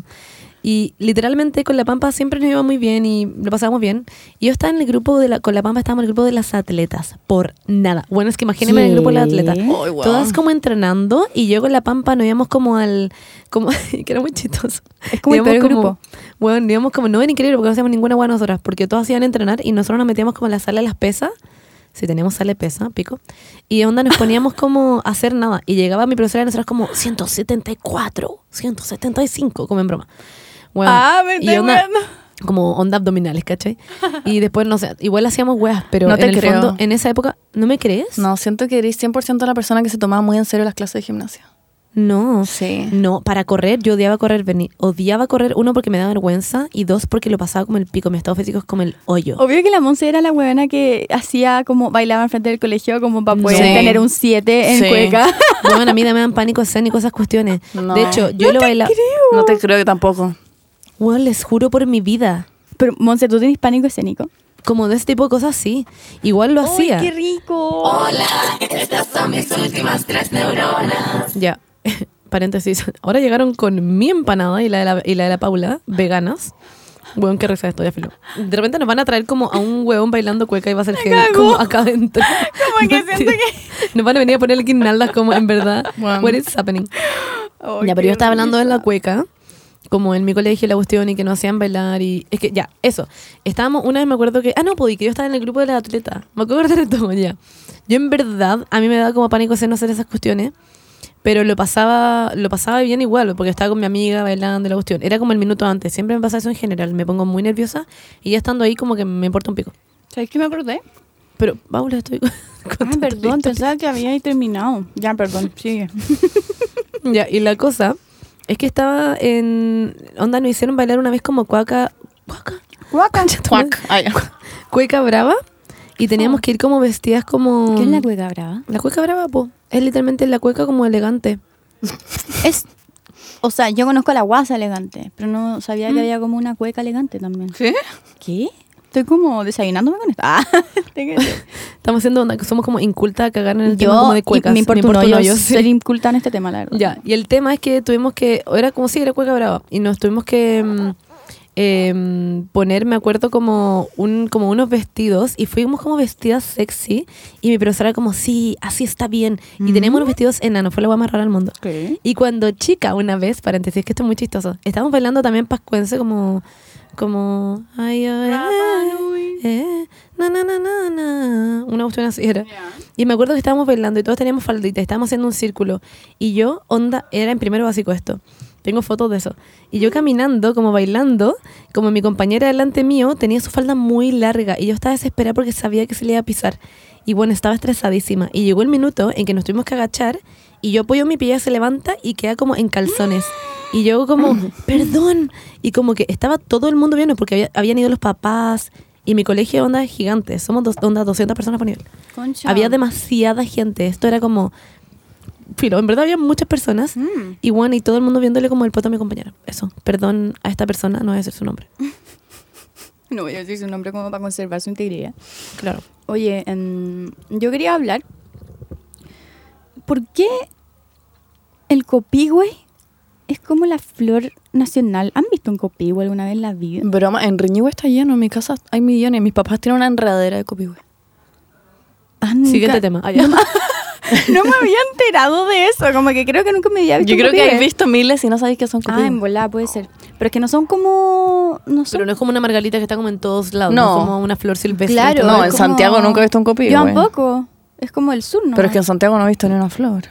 Y literalmente con la Pampa siempre nos iba muy bien y lo pasábamos bien. Y yo estaba en el grupo de la, con la Pampa estábamos en el grupo de las atletas, por nada. Bueno, es que imagínense en el grupo de las
¿Qué?
atletas.
Ay,
weón.
Todas como entrenando y yo con la Pampa nos íbamos como al... Como, que era muy chistoso.
Es como el
Íbamos
peor grupo.
Bueno, digamos como no era increíble porque no hacíamos ninguna buena nosotras, porque todas iban a entrenar y nosotros nos metíamos como en la sala de las pesas. Si teníamos sala de pesa, pico. Y onda nos poníamos como a hacer nada. Y llegaba mi profesora y nosotros como
174, 175.
5, como en broma. Weón.
Ah, me
Y
estoy
onda-
weando.
Como onda abdominales, ¿cachai? Y después, no sé, igual hacíamos weas, pero
No te
en el
creo.
fondo, en esa época, ¿no me crees?
No, siento que eres 100% la persona que se tomaba muy en serio las clases de gimnasia.
No.
Sí.
No, para correr, yo odiaba correr, Berni. Odiaba correr, uno, porque me daba vergüenza, y dos, porque lo pasaba como el pico, mi estado físico es como el hoyo.
Obvio que la Monse era la huevona que hacía como bailaba enfrente del colegio como para poder
Sí.
tener un 7 en
Sí.
cueca.
Bueno, a mí me dan pánico escénico esas cuestiones.
No.
De hecho, yo lo bailaba.
No te creo que tampoco.
Bueno, les juro por mi vida.
Pero Monse, ¿tú tenés pánico escénico?
Como de ese tipo de cosas, sí. Igual lo hacía. Oh,
rico!
Ya, paréntesis. Ahora llegaron con mi empanada y la de la, y la, de la Paula, veganas. Weón, qué risa estoy, afilo. De repente nos van a traer como a un huevón bailando cueca y va a ser heavy, como acá adentro.
Como que siento
que... Nos van a venir a poner guirnaldas como en verdad.
Bueno.
What is happening? ya, pero yo estaba hablando de la cueca, como en mi colegio la cuestión y que nos hacían bailar y... Es que ya, eso. Estábamos, una vez me acuerdo que... Ah, no, podí, que yo estaba en el grupo de las atletas. Me acuerdo de todo, ya. Yo en verdad, a mí me daba como pánico hacer no hacer esas cuestiones, pero lo pasaba lo pasaba bien igual, porque estaba con mi amiga bailando y la cuestión. Era como el minuto antes, siempre me pasa eso en general, me pongo muy nerviosa y ya estando ahí como que me importa un pico.
¿Sabes qué me acordé?
Pero, Paula, estoy...
Ah,
contando
perdón, pensaba que había terminado. Ya, perdón, sigue.
Ya, y la cosa es que estaba en. Onda, nos hicieron bailar una vez como cuaca. ¿Cuaca?
Guaca.
Cuac. Ay.
Cueca brava. Y teníamos que ir como vestidas como.
cueca brava?
La cueca brava, po. Es literalmente la cueca como elegante.
Es... O sea, yo conozco la guasa elegante, pero no sabía que había como una cueca elegante también.
¿Sí?
Mm. ¿Qué? Estoy como desayunándome con esto. Ah,
Estamos haciendo onda que somos como inculta a cagar en el tema
yo
como de cuecas.
me importa un
un
hoyo
hoyo, sí.
ser inculta en este tema, la verdad.
Ya, y el tema es que tuvimos que, o era como si era cueca brava, y nos tuvimos que mm, em, poner, me acuerdo, como un como unos vestidos, y fuimos como vestidas sexy, y mi profesora como, sí, así está bien, y teníamos unos vestidos enanos, fue la guay más rara del mundo.
Ok.
Y cuando chica, una vez, paréntesis, que esto es muy chistoso, estábamos bailando también pascuense como, como, ay, ay, ay, eh, na, na, na, na, na, una cuestión así era. Y me acuerdo que estábamos bailando y todos teníamos faldita, y estábamos haciendo un círculo. Y yo, onda, era en primero básico esto. Tengo fotos de eso. Y yo caminando, como bailando, como mi compañera delante mío tenía su falda muy larga y yo estaba desesperada porque sabía que se le iba a pisar. Y bueno, estaba estresadísima. Y llegó el minuto en que nos tuvimos que agachar y yo apoyo mi pilla, se levanta y queda como en calzones. Y yo como, perdón. Y como que estaba todo el mundo viendo porque había- habían ido los papás. Y mi colegio onda es gigante. Somos dos, onda 200 personas por nivel.
Concha.
Había demasiada gente. Esto era como. Filo, en verdad había muchas personas.
Mm.
Y bueno, y todo el mundo viéndole como el poto a mi compañero. Eso. Perdón a esta persona, no voy a decir su nombre.
No voy a decir su nombre como para conservar su integridad.
Claro.
Oye, em, yo quería hablar. ¿Por qué el copihue es como la flor nacional? ¿Han visto un copihue alguna vez en la vida?
Broma, en Riñihue está lleno, en mi casa hay millones. Mis papás tienen una enredadera de copihue.
Ah, nunca-
Siguiente tema. Allá.
No me había enterado de eso. Como que creo que nunca me había visto.
Yo
un
creo que
copihue.
hay visto miles y no sabéis que son
Ah, en
copihue.
volada puede ser. Pero es que no son como. No son
Pero no es como una margarita que está como en todos lados. No.
No.
es como una flor silvestre.
Claro.
No,
No,
es
en Santiago nunca he visto un copihue.
Yo tampoco. Es como el sur, ¿no?
Pero es que en Santiago no he visto ni una flor.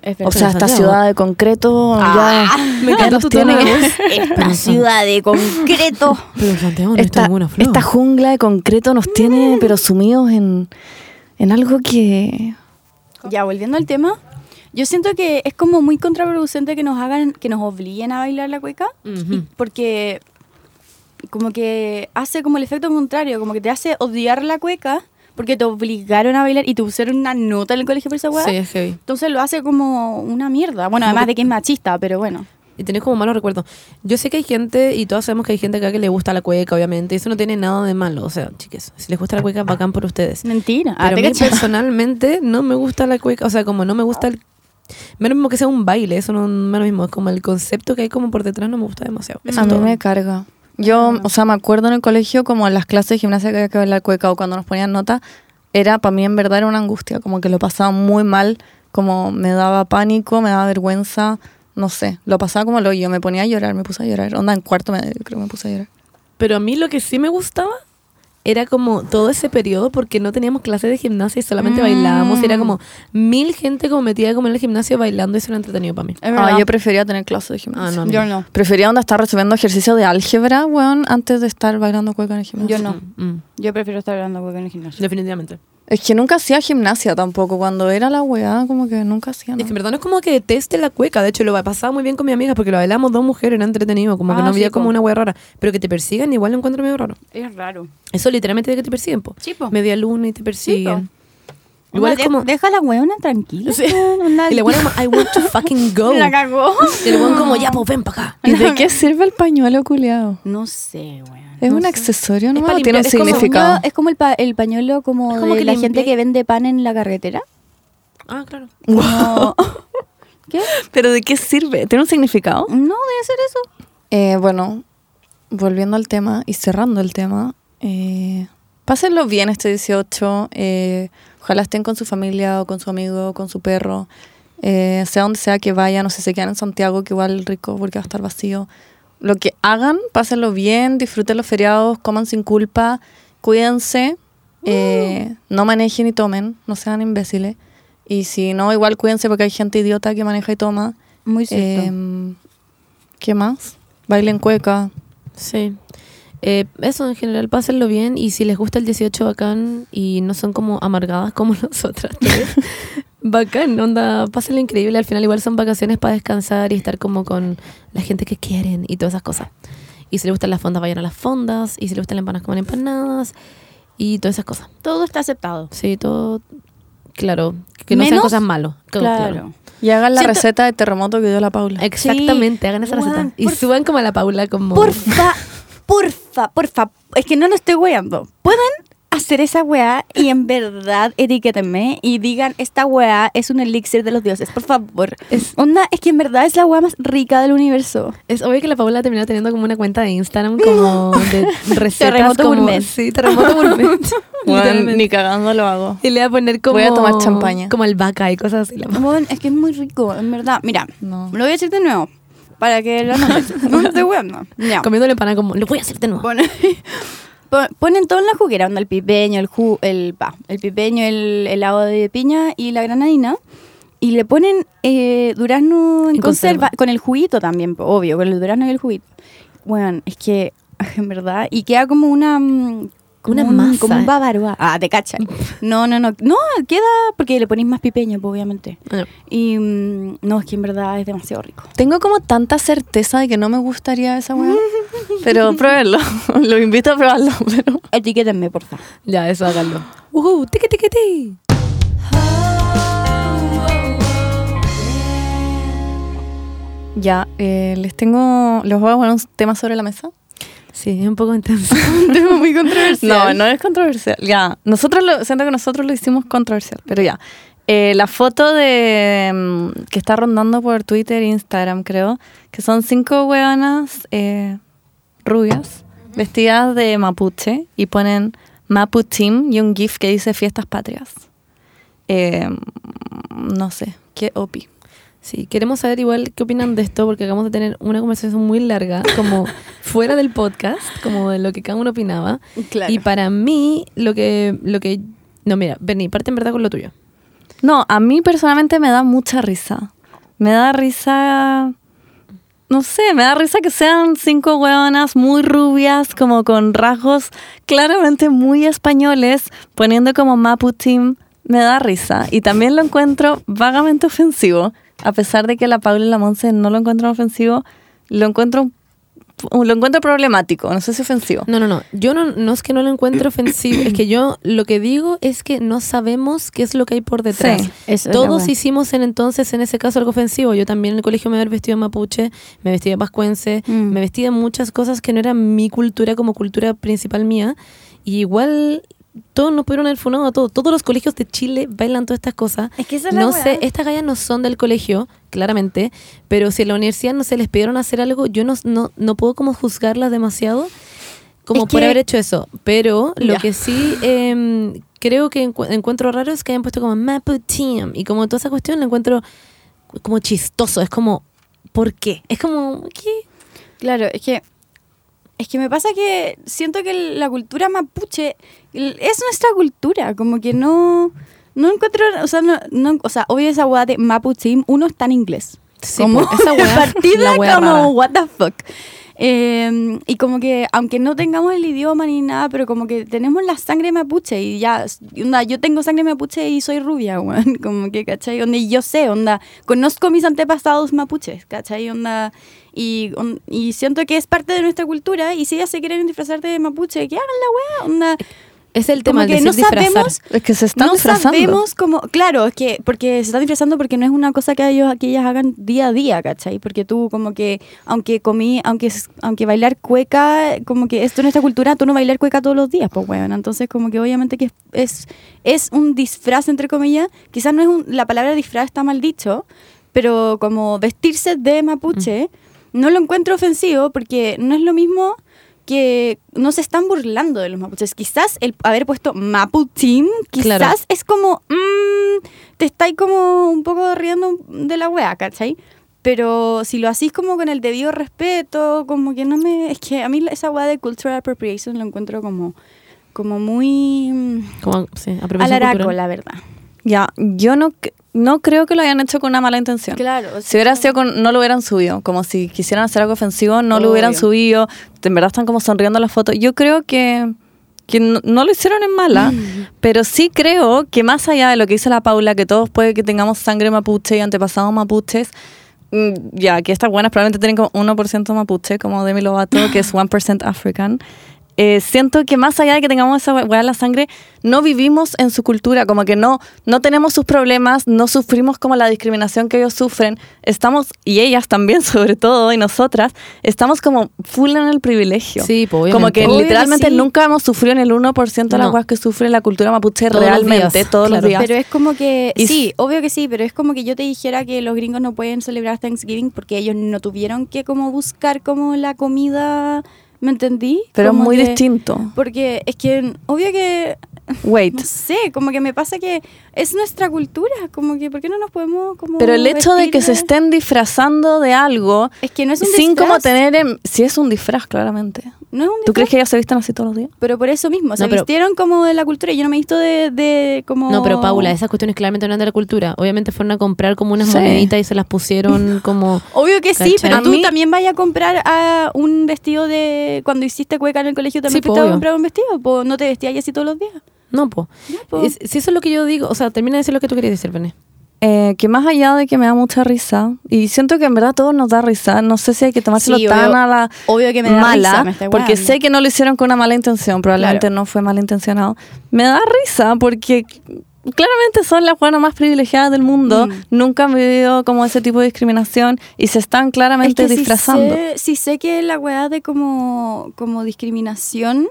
Es
O sea,
en
esta
Santiago. Ah,
ciudad de concreto ya.
me encanta
los
tu
tiene-
tono de voz.
Esta ciudad de concreto.
Pero en Santiago no he visto
Esta,
ninguna flor.
esta jungla de concreto nos tiene, pero sumidos en, en algo que.
Ya, volviendo al tema. Yo siento que es como muy contraproducente que nos hagan, que nos obliguen a bailar la cueca.
Ujú.
y- Porque como que hace como el efecto contrario, como que te hace odiar la cueca porque te obligaron a bailar y te pusieron una nota en el colegio por esa weá.
Sí, es heavy.
Entonces lo hace como una mierda. Bueno, además de que es machista, pero bueno.
Y tenés como malos recuerdos. Yo sé que hay gente, y todos sabemos que hay gente acá que le gusta la cueca, obviamente. Y eso no tiene nada de malo. O sea, chiques, si les gusta la cueca, bacán por ustedes.
Mentira. Ah,
Pero
te
a mí
caché.
personalmente no me gusta la cueca. O sea, como no me gusta el... Menos mismo que sea un baile, eso no no es lo mismo. Es como el concepto que hay como por detrás no me gusta demasiado. Eso
a
es
mí
todo. Ah.
me carga. Yo, o sea, me acuerdo en el colegio como en las clases de gimnasia que había que bailar cueca o cuando nos ponían nota, era para mí en verdad era una angustia, como que lo pasaba muy mal, como me daba pánico, me daba vergüenza, no sé, lo pasaba como lo yo, me ponía a llorar, me puse a llorar, onda en cuarto me, creo que me puse a llorar.
Pero a mí lo que sí me gustaba era como todo ese periodo porque no teníamos clases de gimnasia y solamente bailábamos. Y era como mil gente como metida como en el gimnasio bailando y eso era entretenido para mí.
Es verdad.
Ah, yo prefería tener clases de gimnasia.
Ah, no, a mí
Yo no.
Prefería onda estar resolviendo ejercicio de álgebra, weón, antes de estar bailando cueca en el gimnasio.
Yo no.
Mm,
Yo prefiero estar hablando cueca en el gimnasio.
definitivamente.
Es que nunca hacía gimnasia tampoco, cuando era la weá, como que nunca hacía
Es que en
nada.
verdad no es como que deteste la cueca. De hecho, lo pasaba muy bien con mi amiga porque lo bailamos dos mujeres, era entretenido. Como que
Ah,
no
sí,
había
po.
como una wea rara. Pero que te persigan igual lo encuentro medio raro.
Es raro.
Eso literalmente de que te persiguen, po.
Sí, po.
Media luna y te persiguen. Igual es como...
Deja a la weona tranquila. weón, onda-
Y le bueno, I want to fucking go.
La cagó.
Y el weón como, ya, pues ven para acá.
¿Y de qué sirve el pañuelo culeado?
No sé, weón.
Es
No
un
sé.
accesorio,
Es
no
pa'
tiene
limpiar,
un
es como
significado.
No, es como el, pa- el pañuelo como,
Es como
de
que
la
limpia.
gente que vende pan en la carretera.
Ah, claro.
Como- ¿Qué?
Pero ¿de qué sirve? ¿Tiene un significado?
No, debe ser eso.
eh, bueno, volviendo al tema y cerrando el tema, eh, pásenlo bien este 18. eh, ojalá estén con su familia o con su amigo o con su perro. eh, sea donde sea que vayan o si se quedan en Santiago, que igual rico porque va a estar vacío. Lo que hagan, pásenlo bien, disfruten los feriados, coman sin culpa, cuídense, eh, no manejen y tomen, no sean imbéciles. Y si no, igual cuídense porque hay gente idiota que maneja y toma.
Muy cierto.
Em, ¿Qué más? Bailen cueca.
Sí. Eh, eso en general, pásenlo bien y si les gusta el 18 bacán y no son como amargadas como nosotras, tres, bacán, onda, pásenlo increíble, al final igual son vacaciones para descansar y estar como con la gente que quieren y todas esas cosas. Y si les gustan las fondas, vayan a las fondas y si les gustan las empanadas, coman empanadas y todas esas cosas.
Todo está aceptado.
Sí, todo, claro, que no sean
Menos-
cosas malos. Claro,
Claro.
claro.
Y hagan la
Siento-
receta de terremoto que dio la Paula.
Exactamente, hagan esa
Weón,
receta y
por-
suban como a la Paula como...
Porfa, porfa porfa, porfa, es que no lo estoy weando. Pueden hacer esa weá y en verdad etiquétenme y digan, esta weá es un elixir de los dioses, por favor. Es, Onda, es que en verdad es la weá más rica del universo.
Es obvio que la Paula terminó teniendo como una cuenta de Instagram como de recetas.
Terremoto
como-
gourmet.
Sí, terremoto gourmet.
Bueno,
Literalmente.
ni cagando lo hago.
Y le voy a poner como...
Voy a tomar champaña.
Como albahaca y cosas así. la-
Weón, es que es muy rico, en verdad. Mira,
No.
lo voy a decir de nuevo, para que lo anoten. No estoy weando. Ya.
Comiéndole pana como...
Lo voy a hacer de nuevo.
Pon- pon- ponen todo en la juguera, onda el pipeño, el ju, el pa, el pipeño, el helado de piña y la granadina. Y le ponen eh, durazno en, conserva,
En conserva.
con el juguito también, po, obvio, con el durazno y el juguito. Bueno, es que, en verdad, y queda como una... mm, Como
Una
un-
masa.
Como un bávaro. Ah, te cachan. No, no, no. No, queda porque le ponéis más pipeño, po, obviamente.
Ah,
Y mm, no, es que en verdad es demasiado rico.
Tengo como tanta certeza de que no me gustaría esa weá. pero pruébenlo. lo invito a probarlo, pero.
Etiquétenme, por favor.
Ya, eso háganlo. ¡Uhú! ¡Tiqui, tiqui, tiqui!
Ya, eh, les tengo. ¿Los voy a poner un tema sobre la mesa?
Sí, es un poco intenso.
Un tema muy controversial. No, no es controversial. Ya, nosotros lo, siento que nosotros lo hicimos controversial, pero ya. Eh, la foto de mm, que está rondando por Twitter e Instagram, creo, que son cinco hueonas eh, rubias vestidas de mapuche y ponen Mapuchim y un gif que dice fiestas patrias. Eh, no sé, qué opi.
Sí, queremos saber igual qué opinan de esto porque acabamos de tener una conversación muy larga, como fuera del podcast, como de lo que cada uno opinaba.
Claro.
Y para mí, lo que, lo que... No, mira, Berni, parte en verdad con lo tuyo.
No, a mí personalmente me da mucha risa. Me da risa. No sé, me da risa que sean cinco hueonas muy rubias, como con rasgos claramente muy españoles, poniendo como Maputim. Me da risa. Y también lo encuentro vagamente ofensivo. A pesar de que la Paula y la Monse no lo encuentran ofensivo, lo encuentro, lo encuentro problemático. No sé si ofensivo.
No, no, no. Yo no, no es que no lo encuentro ofensivo. es que yo lo que digo es que no sabemos qué es lo que hay por detrás.
Sí,
eso es la
Todos
wea.
hicimos en entonces, en ese caso, algo ofensivo. Yo también en el colegio me había vestido de mapuche, me vestía de pascuense,
Mm.
me vestía de muchas cosas que no eran mi cultura como cultura principal mía. Y igual todos nos pudieron haber funado a todos. Todos los colegios de Chile bailan todas estas cosas.
Es que esa es la
No
wea.
sé, estas gallas no son del colegio, claramente, pero si en la universidad no se les pidieron hacer algo, yo no, no, no puedo como juzgarlas demasiado como
Es
por
que-
haber hecho eso. Pero lo
Ya.
que sí em, creo que encu- encuentro raro es que hayan puesto como Mapu Team y como toda esa cuestión la encuentro como chistoso. Es como, ¿por qué? Es como, ¿qué?
Claro, es que es que me pasa que siento que la cultura mapuche l- es nuestra cultura, como que no no encuentro, o sea, no, no- o sea, obvio esa weá de mapuche, uno está en inglés.
Sí,
como
po, esa weá,
partida
la weá
como
rara.
what the fuck. Eh, y como que aunque no tengamos el idioma ni nada, pero como que tenemos la sangre mapuche y ya, s- y onda, yo tengo sangre mapuche y soy rubia, weón, como que, ¿cachai? Onda, y yo sé, onda, conozco mis antepasados mapuches, ¿cachai? Onda, y, on- y siento que es parte de nuestra cultura y si ellas se quieren disfrazar de mapuche, que hagan la wea, onda.
Es el
Como
tema
que
de
no sabemos
Es que se están
no
disfrazando.
sabemos cómo, claro, es que porque se están disfrazando porque no es una cosa que ellos que ellas hagan día a día, ¿cachai? Porque tú como que aunque comí, aunque s- aunque bailar cueca, como que esto en nuestra cultura, tú no bailar cueca todos los días, pues bueno, entonces como que obviamente que es es un disfraz entre comillas, quizás no es un, la palabra disfraz está mal dicho, pero como vestirse de mapuche no lo encuentro ofensivo porque no es lo mismo que no se están burlando de los mapuches. Quizás el haber puesto Mapuchim, quizás
Claro.
es como, mm, te estáis como un poco riendo de la wea, ¿cachai? Pero si lo hacís como con el debido respeto, como que no me... Es que a mí esa wea de cultural appropriation lo encuentro como, como muy mm,
Como, sí, apropiación
alaraco,
cultural.
la verdad.
Ya, yo no, c- no creo que lo hayan hecho con una mala intención.
Claro.
Si hubiera sido con, no lo hubieran subido, como si quisieran hacer algo ofensivo, no lo hubieran
Obvio.
subido, en verdad están como sonriendo las fotos. Yo creo que, que no, no lo hicieron en mala, pero sí creo que más allá de lo que dice la Paula, que todos puede que tengamos sangre mapuche y antepasados mapuches, mm, ya que estas buenas probablemente tienen como 1% mapuche, como Demi Lovato, que es 1% African. eh, siento que más allá de que tengamos esa hueá en la sangre, no vivimos en su cultura, como que no, no tenemos sus problemas, no sufrimos como la discriminación que ellos sufren, estamos, y ellas también sobre todo, y nosotras, estamos como full en el privilegio.
Sí, po, obviamente.
Como que
Obvio
que
literalmente
sí.
nunca hemos sufrido en el 1% de las
No.
hueás que sufre la cultura mapuche
Todos los
realmente
días,
todos
claro.
los días.
Pero es como que.
Y
sí,
s-
obvio que sí, pero es como que yo te dijera que los gringos no pueden celebrar Thanksgiving porque ellos no tuvieron que como buscar como la comida. ¿Me entendí?
Pero es
Como
muy
que-
distinto.
Porque es que, obvio que,
Wait.
no sé, como que me pasa que es nuestra cultura, como que, ¿por qué no nos podemos como
Pero el hecho de que se
vestir
estén disfrazando de algo,
Es que no es un
sin como
disfraz.
tener... en- si es un disfraz, claramente.
No es un
¿Tú
disfraz,
crees que ellas se visten así todos los días?
Pero por eso mismo, se
No, pero-
vistieron como de la cultura. Yo no me he visto de, de como...
No, pero Paula, esas cuestiones claramente no eran de la cultura. Obviamente fueron a comprar como unas
Sí.
moneditas y se las pusieron como...
Obvio que sí,
¿Cachai?
pero
A
tú
mí-
también vas a comprar a un vestido de... Cuando hiciste cueca en el colegio también
Sí, po,
fuiste a
obvio.
comprar un vestido. po. no te vestías así todos los días.
No, po.
Ya, po.
Es- si eso es lo que yo digo, o sea, termina de decir lo que tú querías decir, Vane.
Eh, que más allá de que me da mucha risa, y siento que en verdad todo nos da risa, no sé si hay que tomárselo
Sí,
tan
obvio-
a la
obvio que me da
mala,
risa, me estoy
porque
hueando.
sé que no lo hicieron con una mala intención, probablemente
Claro.
no fue malintencionado. Me da risa porque claramente son las buenas más privilegiadas del mundo,
Mm.
nunca han vivido como ese tipo de discriminación y se están claramente
sí
disfrazando.
sé- Sí sé, que la weá de como, como discriminación,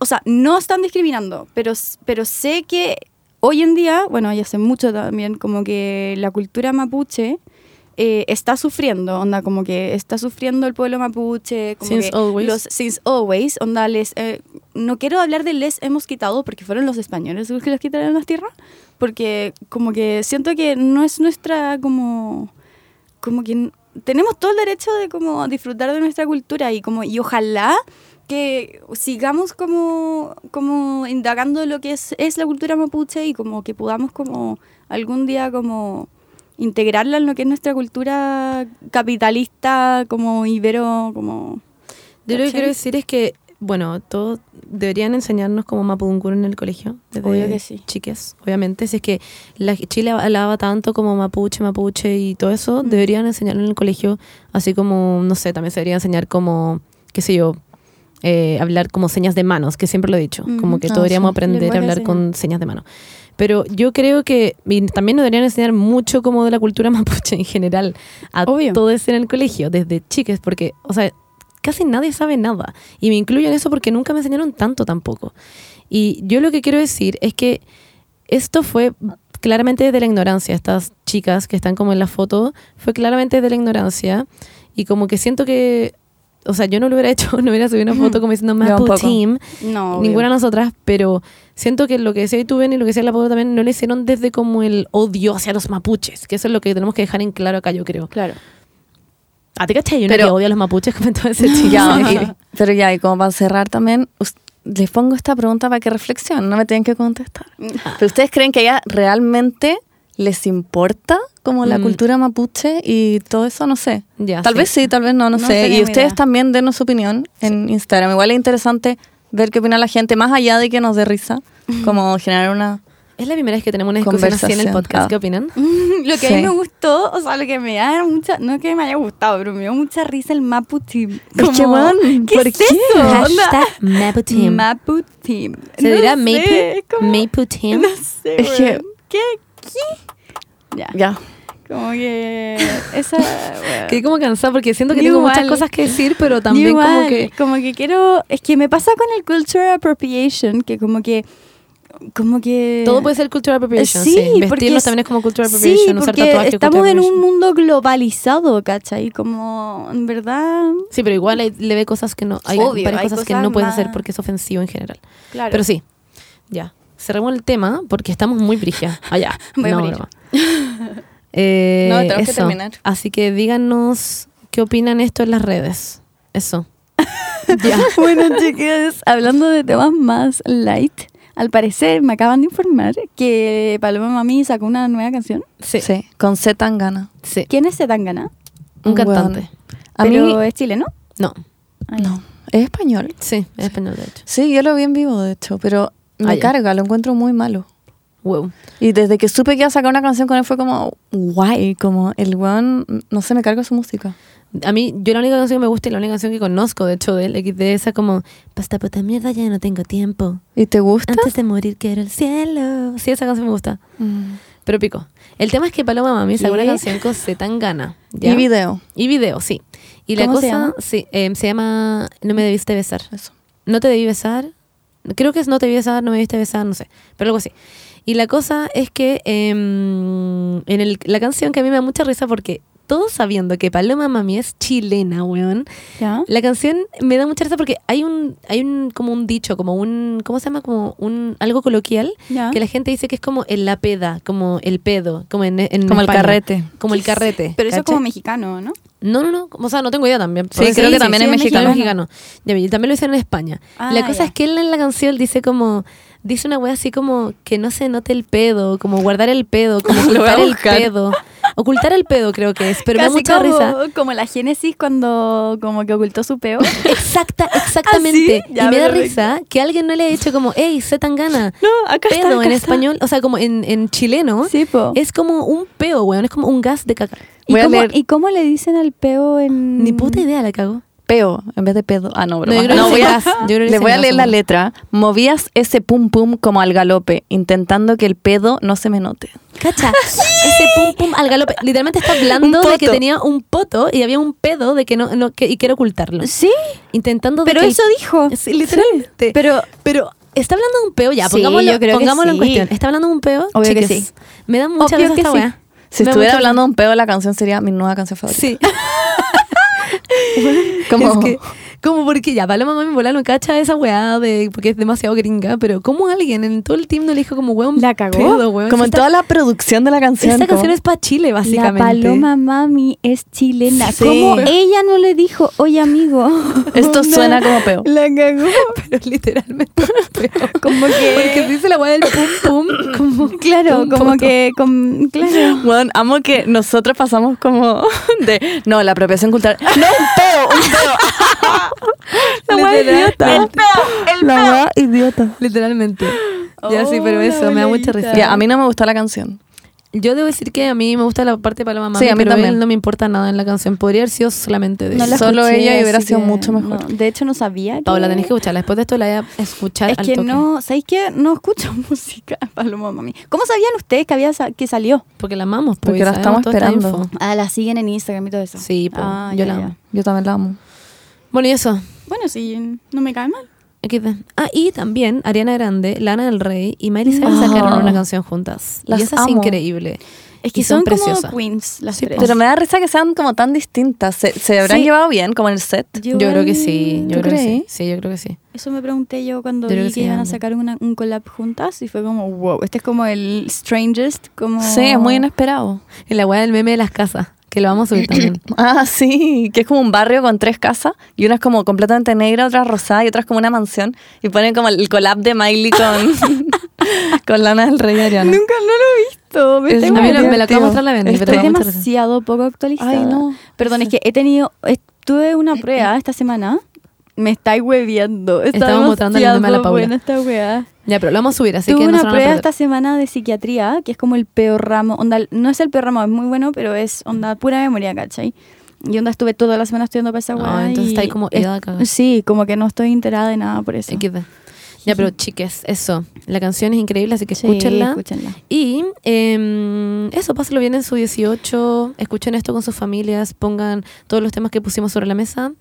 o sea, no están discriminando, pero, s- pero sé que hoy en día, bueno, y hace mucho también, como que la cultura mapuche eh, está sufriendo, onda, como que está sufriendo el pueblo mapuche. Como
Since
que
always.
Los, since always, onda, les, eh, no quiero hablar de les hemos quitado porque fueron los españoles los que les quitaron las tierras, porque como que siento que no es nuestra como como que n- tenemos todo el derecho de como disfrutar de nuestra cultura y como y ojalá que sigamos como como indagando lo que es, es la cultura mapuche y como que podamos como algún día como integrarla en lo que es nuestra cultura capitalista como ibero como
Yo lo que
¿Cachai?
quiero decir es que, bueno, todos deberían enseñarnos como mapudungun en el colegio. desde
Obvio que sí.
Chiques, obviamente. Si es que la Chile hablaba tanto como mapuche, mapuche y todo eso,
Mm.
deberían enseñarlo en el colegio. Así como, no sé, también se debería enseñar como, qué sé yo, eh, hablar como señas de manos, que siempre lo he dicho. Como
Ujú.
que
Ah,
todos deberíamos
sí.
aprender
Mm, Lenguaje
a
de
hablar
señas.
con señas de mano. Pero yo creo que y también nos deberían enseñar mucho como de la cultura mapuche en general a
Obvio.
todos en el colegio, desde chiques, porque, o sea, casi nadie sabe nada. Y me incluyo en eso porque nunca me enseñaron tanto tampoco. Y yo lo que quiero decir es que esto fue claramente desde la ignorancia. Estas chicas que están como en la foto, fue claramente desde la ignorancia. Y como que siento que, o sea, yo no lo hubiera hecho, no hubiera subido una foto como diciendo
Yo
Mapu
tampoco.
Team,
no obvio.
ninguna de nosotras, pero siento que lo que decía tú, Ben, y lo que decía la Pablo también, no le hicieron desde como el odio hacia los mapuches, que eso es lo que tenemos que dejar en claro acá, yo creo.
claro
¿A ti cachai? Yo
Pero-
que odio a los mapuches comentó ese chico.
Ya, pero ya, y como para cerrar también, us- les pongo esta pregunta para que reflexionen, no me tienen que contestar. ¿Pero ustedes creen que a ella realmente les importa como la
Mm.
cultura mapuche y todo eso? No sé.
Ya,
tal
Ah, sí.
vez sí, tal vez no, no,
No
sé.
tenemos
Y ustedes
idea.
también denos su opinión en Instagram. Igual es interesante ver qué opina la gente, más allá de que nos dé risa, como generar una...
Es la primera vez que tenemos una discusión así en
Conversación,
el podcast.
ah.
¿Qué opinan?
lo que a mí
Sí.
me gustó, o sea, lo que me da mucha, no es que me haya gustado, pero me dio mucha risa el Mapu Team.
Es que, weón,
¿qué
¿por
es
qué?
eso? Onda,
Hashtag Mapu Team.
Mapu Team.
¿Se
No
dirá
sé,
Mapu?
es como-
Mapu Team?
No sé,
Es que-
weón. ¿Qué? ¿Qué? Ya,
Ya.
como que esa, weón.
Quedé como cansada porque siento que
Yo
tengo muchas
igual.
cosas que decir, pero también
Yo
como
igual,
que...
como que quiero, es que me pasa con el cultural appropriation, que como que, como que...
Todo puede ser cultural appropriation, sí.
Sí, porque
Vestirnos
es-
también es como cultural
Sí,
appropriation, usar
porque
tatuajes,
estamos
cultural
en un
appropriation.
mundo globalizado, ¿cachai? Como, en verdad...
Sí, pero igual hay- le ve cosas que no... Hay
Obvio,
varias
hay
cosas, que
cosas
no puedes
más-
hacer porque es ofensivo en general.
Claro.
Pero sí, ya. Cerramos el tema porque estamos muy brigia. Allá.
Muy
no,
brigia.
broma. Eh,
No, tenemos que
eso.
terminar.
Así que díganos qué opinan esto en las redes. Eso.
ah. bueno, chicas, hablando de temas más light, al parecer me acaban de informar que Paloma Mami sacó una nueva canción.
Sí. Sí.
Sí, con Z tan gana.
¿Quién es Zetangana?
Un
Weón.
cantante.
A
Pero
mí...
es chileno.
No.
Ay.
No, es español.
Sí, es español, de hecho.
Sí, yo lo vi en vivo, de hecho, pero me
Ah, ya.
carga, lo encuentro muy malo.
Wow.
Y desde que supe que iba a sacar una canción con él fue como, guay, como el weón, no sé, me cargo su música.
A mí, yo la única canción que me gusta y la única canción que conozco, de hecho, de él, XD, esa como, pasta puta mierda, ya no tengo tiempo.
¿Y te gusta?
Antes de morir quiero el cielo. Sí, esa canción me gusta.
Mm.
Pero pico. El tema es que Paloma Mami sacó una
¿Qué?
canción con Zetangana. ¿ya?
Y video.
Y video, sí. Y la
¿Cómo
cosa
se llama?
sí, eh, se llama No me debiste besar.
Eso.
No te debí besar. Creo que es No te debí besar, no me debiste besar, no sé. Pero algo así. Y la cosa es que eh, en el- la canción que a mí me da mucha risa porque todos sabiendo que Paloma Mami es chilena, weón,
¿Ya?
la canción me da mucha risa porque hay un, hay un, como un dicho, como un, ¿cómo se llama? Como un, algo coloquial,
¿Ya?
Ah.
que la gente dice que es como el la peda, como el pedo, como en, en
Como el
España.
carrete.
Como el carrete.
Pero eso es
¿cachai?
como mexicano, ¿no?
No, no, no. O sea, no tengo idea también.
Sí, creo que también es mexicano.
mexicano. Ya, y también lo hicieron en España.
Ah,
la cosa
ya.
es que él en la canción dice como... Dice una wea así como que no se note el pedo, como guardar el pedo, como
Lo voy a
ocultar el
buscar.
pedo. Ocultar el pedo creo que es, pero me da
Casi
mucha
como,
¿Ah,
risa.
Como la Génesis cuando como que ocultó su peo.
Exacta, exactamente.
Ya,
y me da
perfecto.
risa que alguien no le ha dicho como, hey, sé tan gana.
No, acá
pedo en español, o sea, como en, en chileno.
sí, po.
Es como un peo, weón, es como un gas de caca.
¿Y,
Voy a
cómo,
leer.
y cómo le dicen al peo en...?
Ni puta idea la cago.
Peo, en vez de pedo. Ah, no,
No, yo
broma.
creo que
No,
es
voy a-
gas. Yo creo que
Le
es
voy a
gas,
leer la
weón.
letra. Movías ese pum pum como al galope, intentando que el pedo no se me note.
Cacha, ese pum pum al galope. Literalmente está hablando
Un
de que
poto.
tenía un poto y había un pedo de que no, no que, y quiere ocultarlo.
Sí,
Intentando de
pero
que-
eso dijo.
Sí, literalmente. pero,
Pero
está hablando de un peo ya,
Sí,
pongámoslo,
yo creo que
pongámoslo en
sí.
cuestión. Está hablando de un peo.
Obvio que
chiques.
sí.
Me da mucha
Obvio
risa
que
esta
sí.
weá.
Si
Me da
estuviera
mucha
hablando de un pedo, la canción sería mi nueva canción
risa.
favorita.
Sí.
Como-
Es que, como porque ya, Paloma Mami Bola no cacha esa weá de, porque es demasiado gringa, pero como alguien en todo el team no le dijo como weón
La cagó.
pedo, weón.
Como
Si
en
esta-
toda la producción de la canción.
Esta
como-
canción es para Chile,
la
básicamente.
paloma mami es chilena.
Sí.
Como ella no le dijo, oye amigo.
Esto suena como peo.
La cagó.
pero literalmente peor.
Como que...
Porque dice la weá del pum pum, como
Claro,
un
como
poto.
que... com- claro.
Bueno, amo que nosotros pasamos como de no, la apropiación cultural. No, un peo, un peo. la wea idiota.
Literalmente.
la wea idiota.
Literalmente. ya sí, pero
Oh,
eso,
la
me da mucha
boleíta.
risa.
pues, Ya, a mí no me gustó la canción.
Yo debo decir que a mí me gusta la parte de Paloma Mami,
Sí, a mí
pero
también.
él no me importa nada en la canción. Podría haber sido solamente de
No
él.
la- Solo ella
así
hubiera sido
que
mucho mejor.
no. De hecho, no sabía. que-
Paula, tenés que escucharla. Después de esto la voy a escuchar
Es
al
que
toque.
no, ¿sabéis qué? No escucho música, Paloma Mami. ¿Cómo sabían ustedes que había sa- que salió?
Porque la amamos.
Porque
pues,
la
sabemos
estamos
toda esta
esperando.
info.
Ah, la siguen en Instagram y todo eso.
Sí, po,
Ah,
yo
ya,
la
ya.
amo.
Yo también la amo.
Bueno, y eso.
Bueno, sí, no me cae mal.
XD. Ah, y también Ariana Grande, Lana del Rey y Miley Cyrus
Ah.
sacaron una canción juntas.
Las
y esa es
amo.
increíble.
Es que
Y son
son,
preciosas.
como queens las
Sí,
tres.
po.
Pero me da risa que sean como tan distintas. ¿Se, se habrán
Sí.
llevado bien como en el set?
Yo creo que sí, yo
¿Tú
creo que sí.
creí?
Sí, yo creo que sí.
Eso me pregunté yo cuando
Yo creo
vi
que
que,
sí,
iban a
ando.
sacar una- un collab juntas y fue como, wow, este es como el strangest, como...
Sí, es muy inesperado.
En la weá del meme de las casas, que lo vamos a subir también.
Ah, sí, que es como un barrio con tres casas y una es como completamente negra, otra rosada y otra es como una mansión y ponen como el collab de Miley con, con Lana del Rey y Ariana.
Nunca, no lo he visto. Me
Es
tengo
muy
que-
me lo acaba de
divertido.
mostrar la Bendy,
Estoy
pero
Estoy
me da mucha risa.
demasiado poco actualizada.
Ay, no.
Perdón, es que he tenido. est- Tuve una prueba esta semana. Me estáis hueviando. Está
Estamos mostrando la
demasiado
meme a la Paula.
buena esta weá.
Ya, pero lo vamos a subir, así
Tuve
que no
una
se lo van a
prueba
perder.
esta semana de psiquiatría, que es como el peor ramo. Onda, no es el peor ramo, es muy bueno, pero es onda pura memoria, ¿cachai? Y onda, estuve toda la semana estudiando para esa
No,
weá.
entonces
y-
está ahí como
es-
ida a cagar.
Sí, como que no estoy enterada de nada por eso.
XD. Ya, pero chiques, eso. La canción es increíble, así que
Sí,
escúchenla.
escúchenla.
Y eh, eso, pásenlo bien en su 18. Escuchen esto con sus familias. Pongan todos los temas que pusimos sobre la mesa.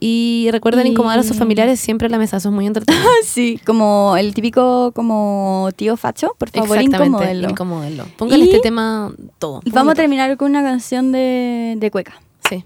Y recuerden
Y-
incomodar a sus familiares siempre en la mesa. Eso es muy entretenido.
Sí, como el típico como tío facho, por favor, incomódenlo.
incomódenlo. Pónganle
Y-
este tema todo.
Y Vamos a
Pónganle
terminar con una canción de, de cueca.
todo. Sí.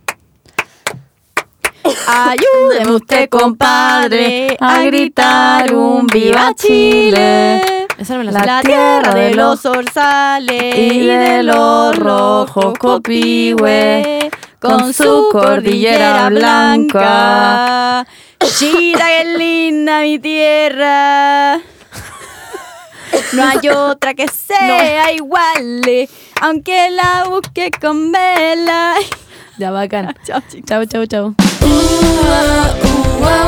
Ayúdeme
usted, compadre, a gritar un viva Chile.
Esa no me la,
La
sé.
La tierra de los
orzales
y de los rojos copihue, con su cordillera blanca.
Chira que linda mi tierra. No hay otra que sea igual, eh, aunque la busque con vela.
Ya bacán.
Chao, chicos.
Chau, chau, chau.
Ua, ua,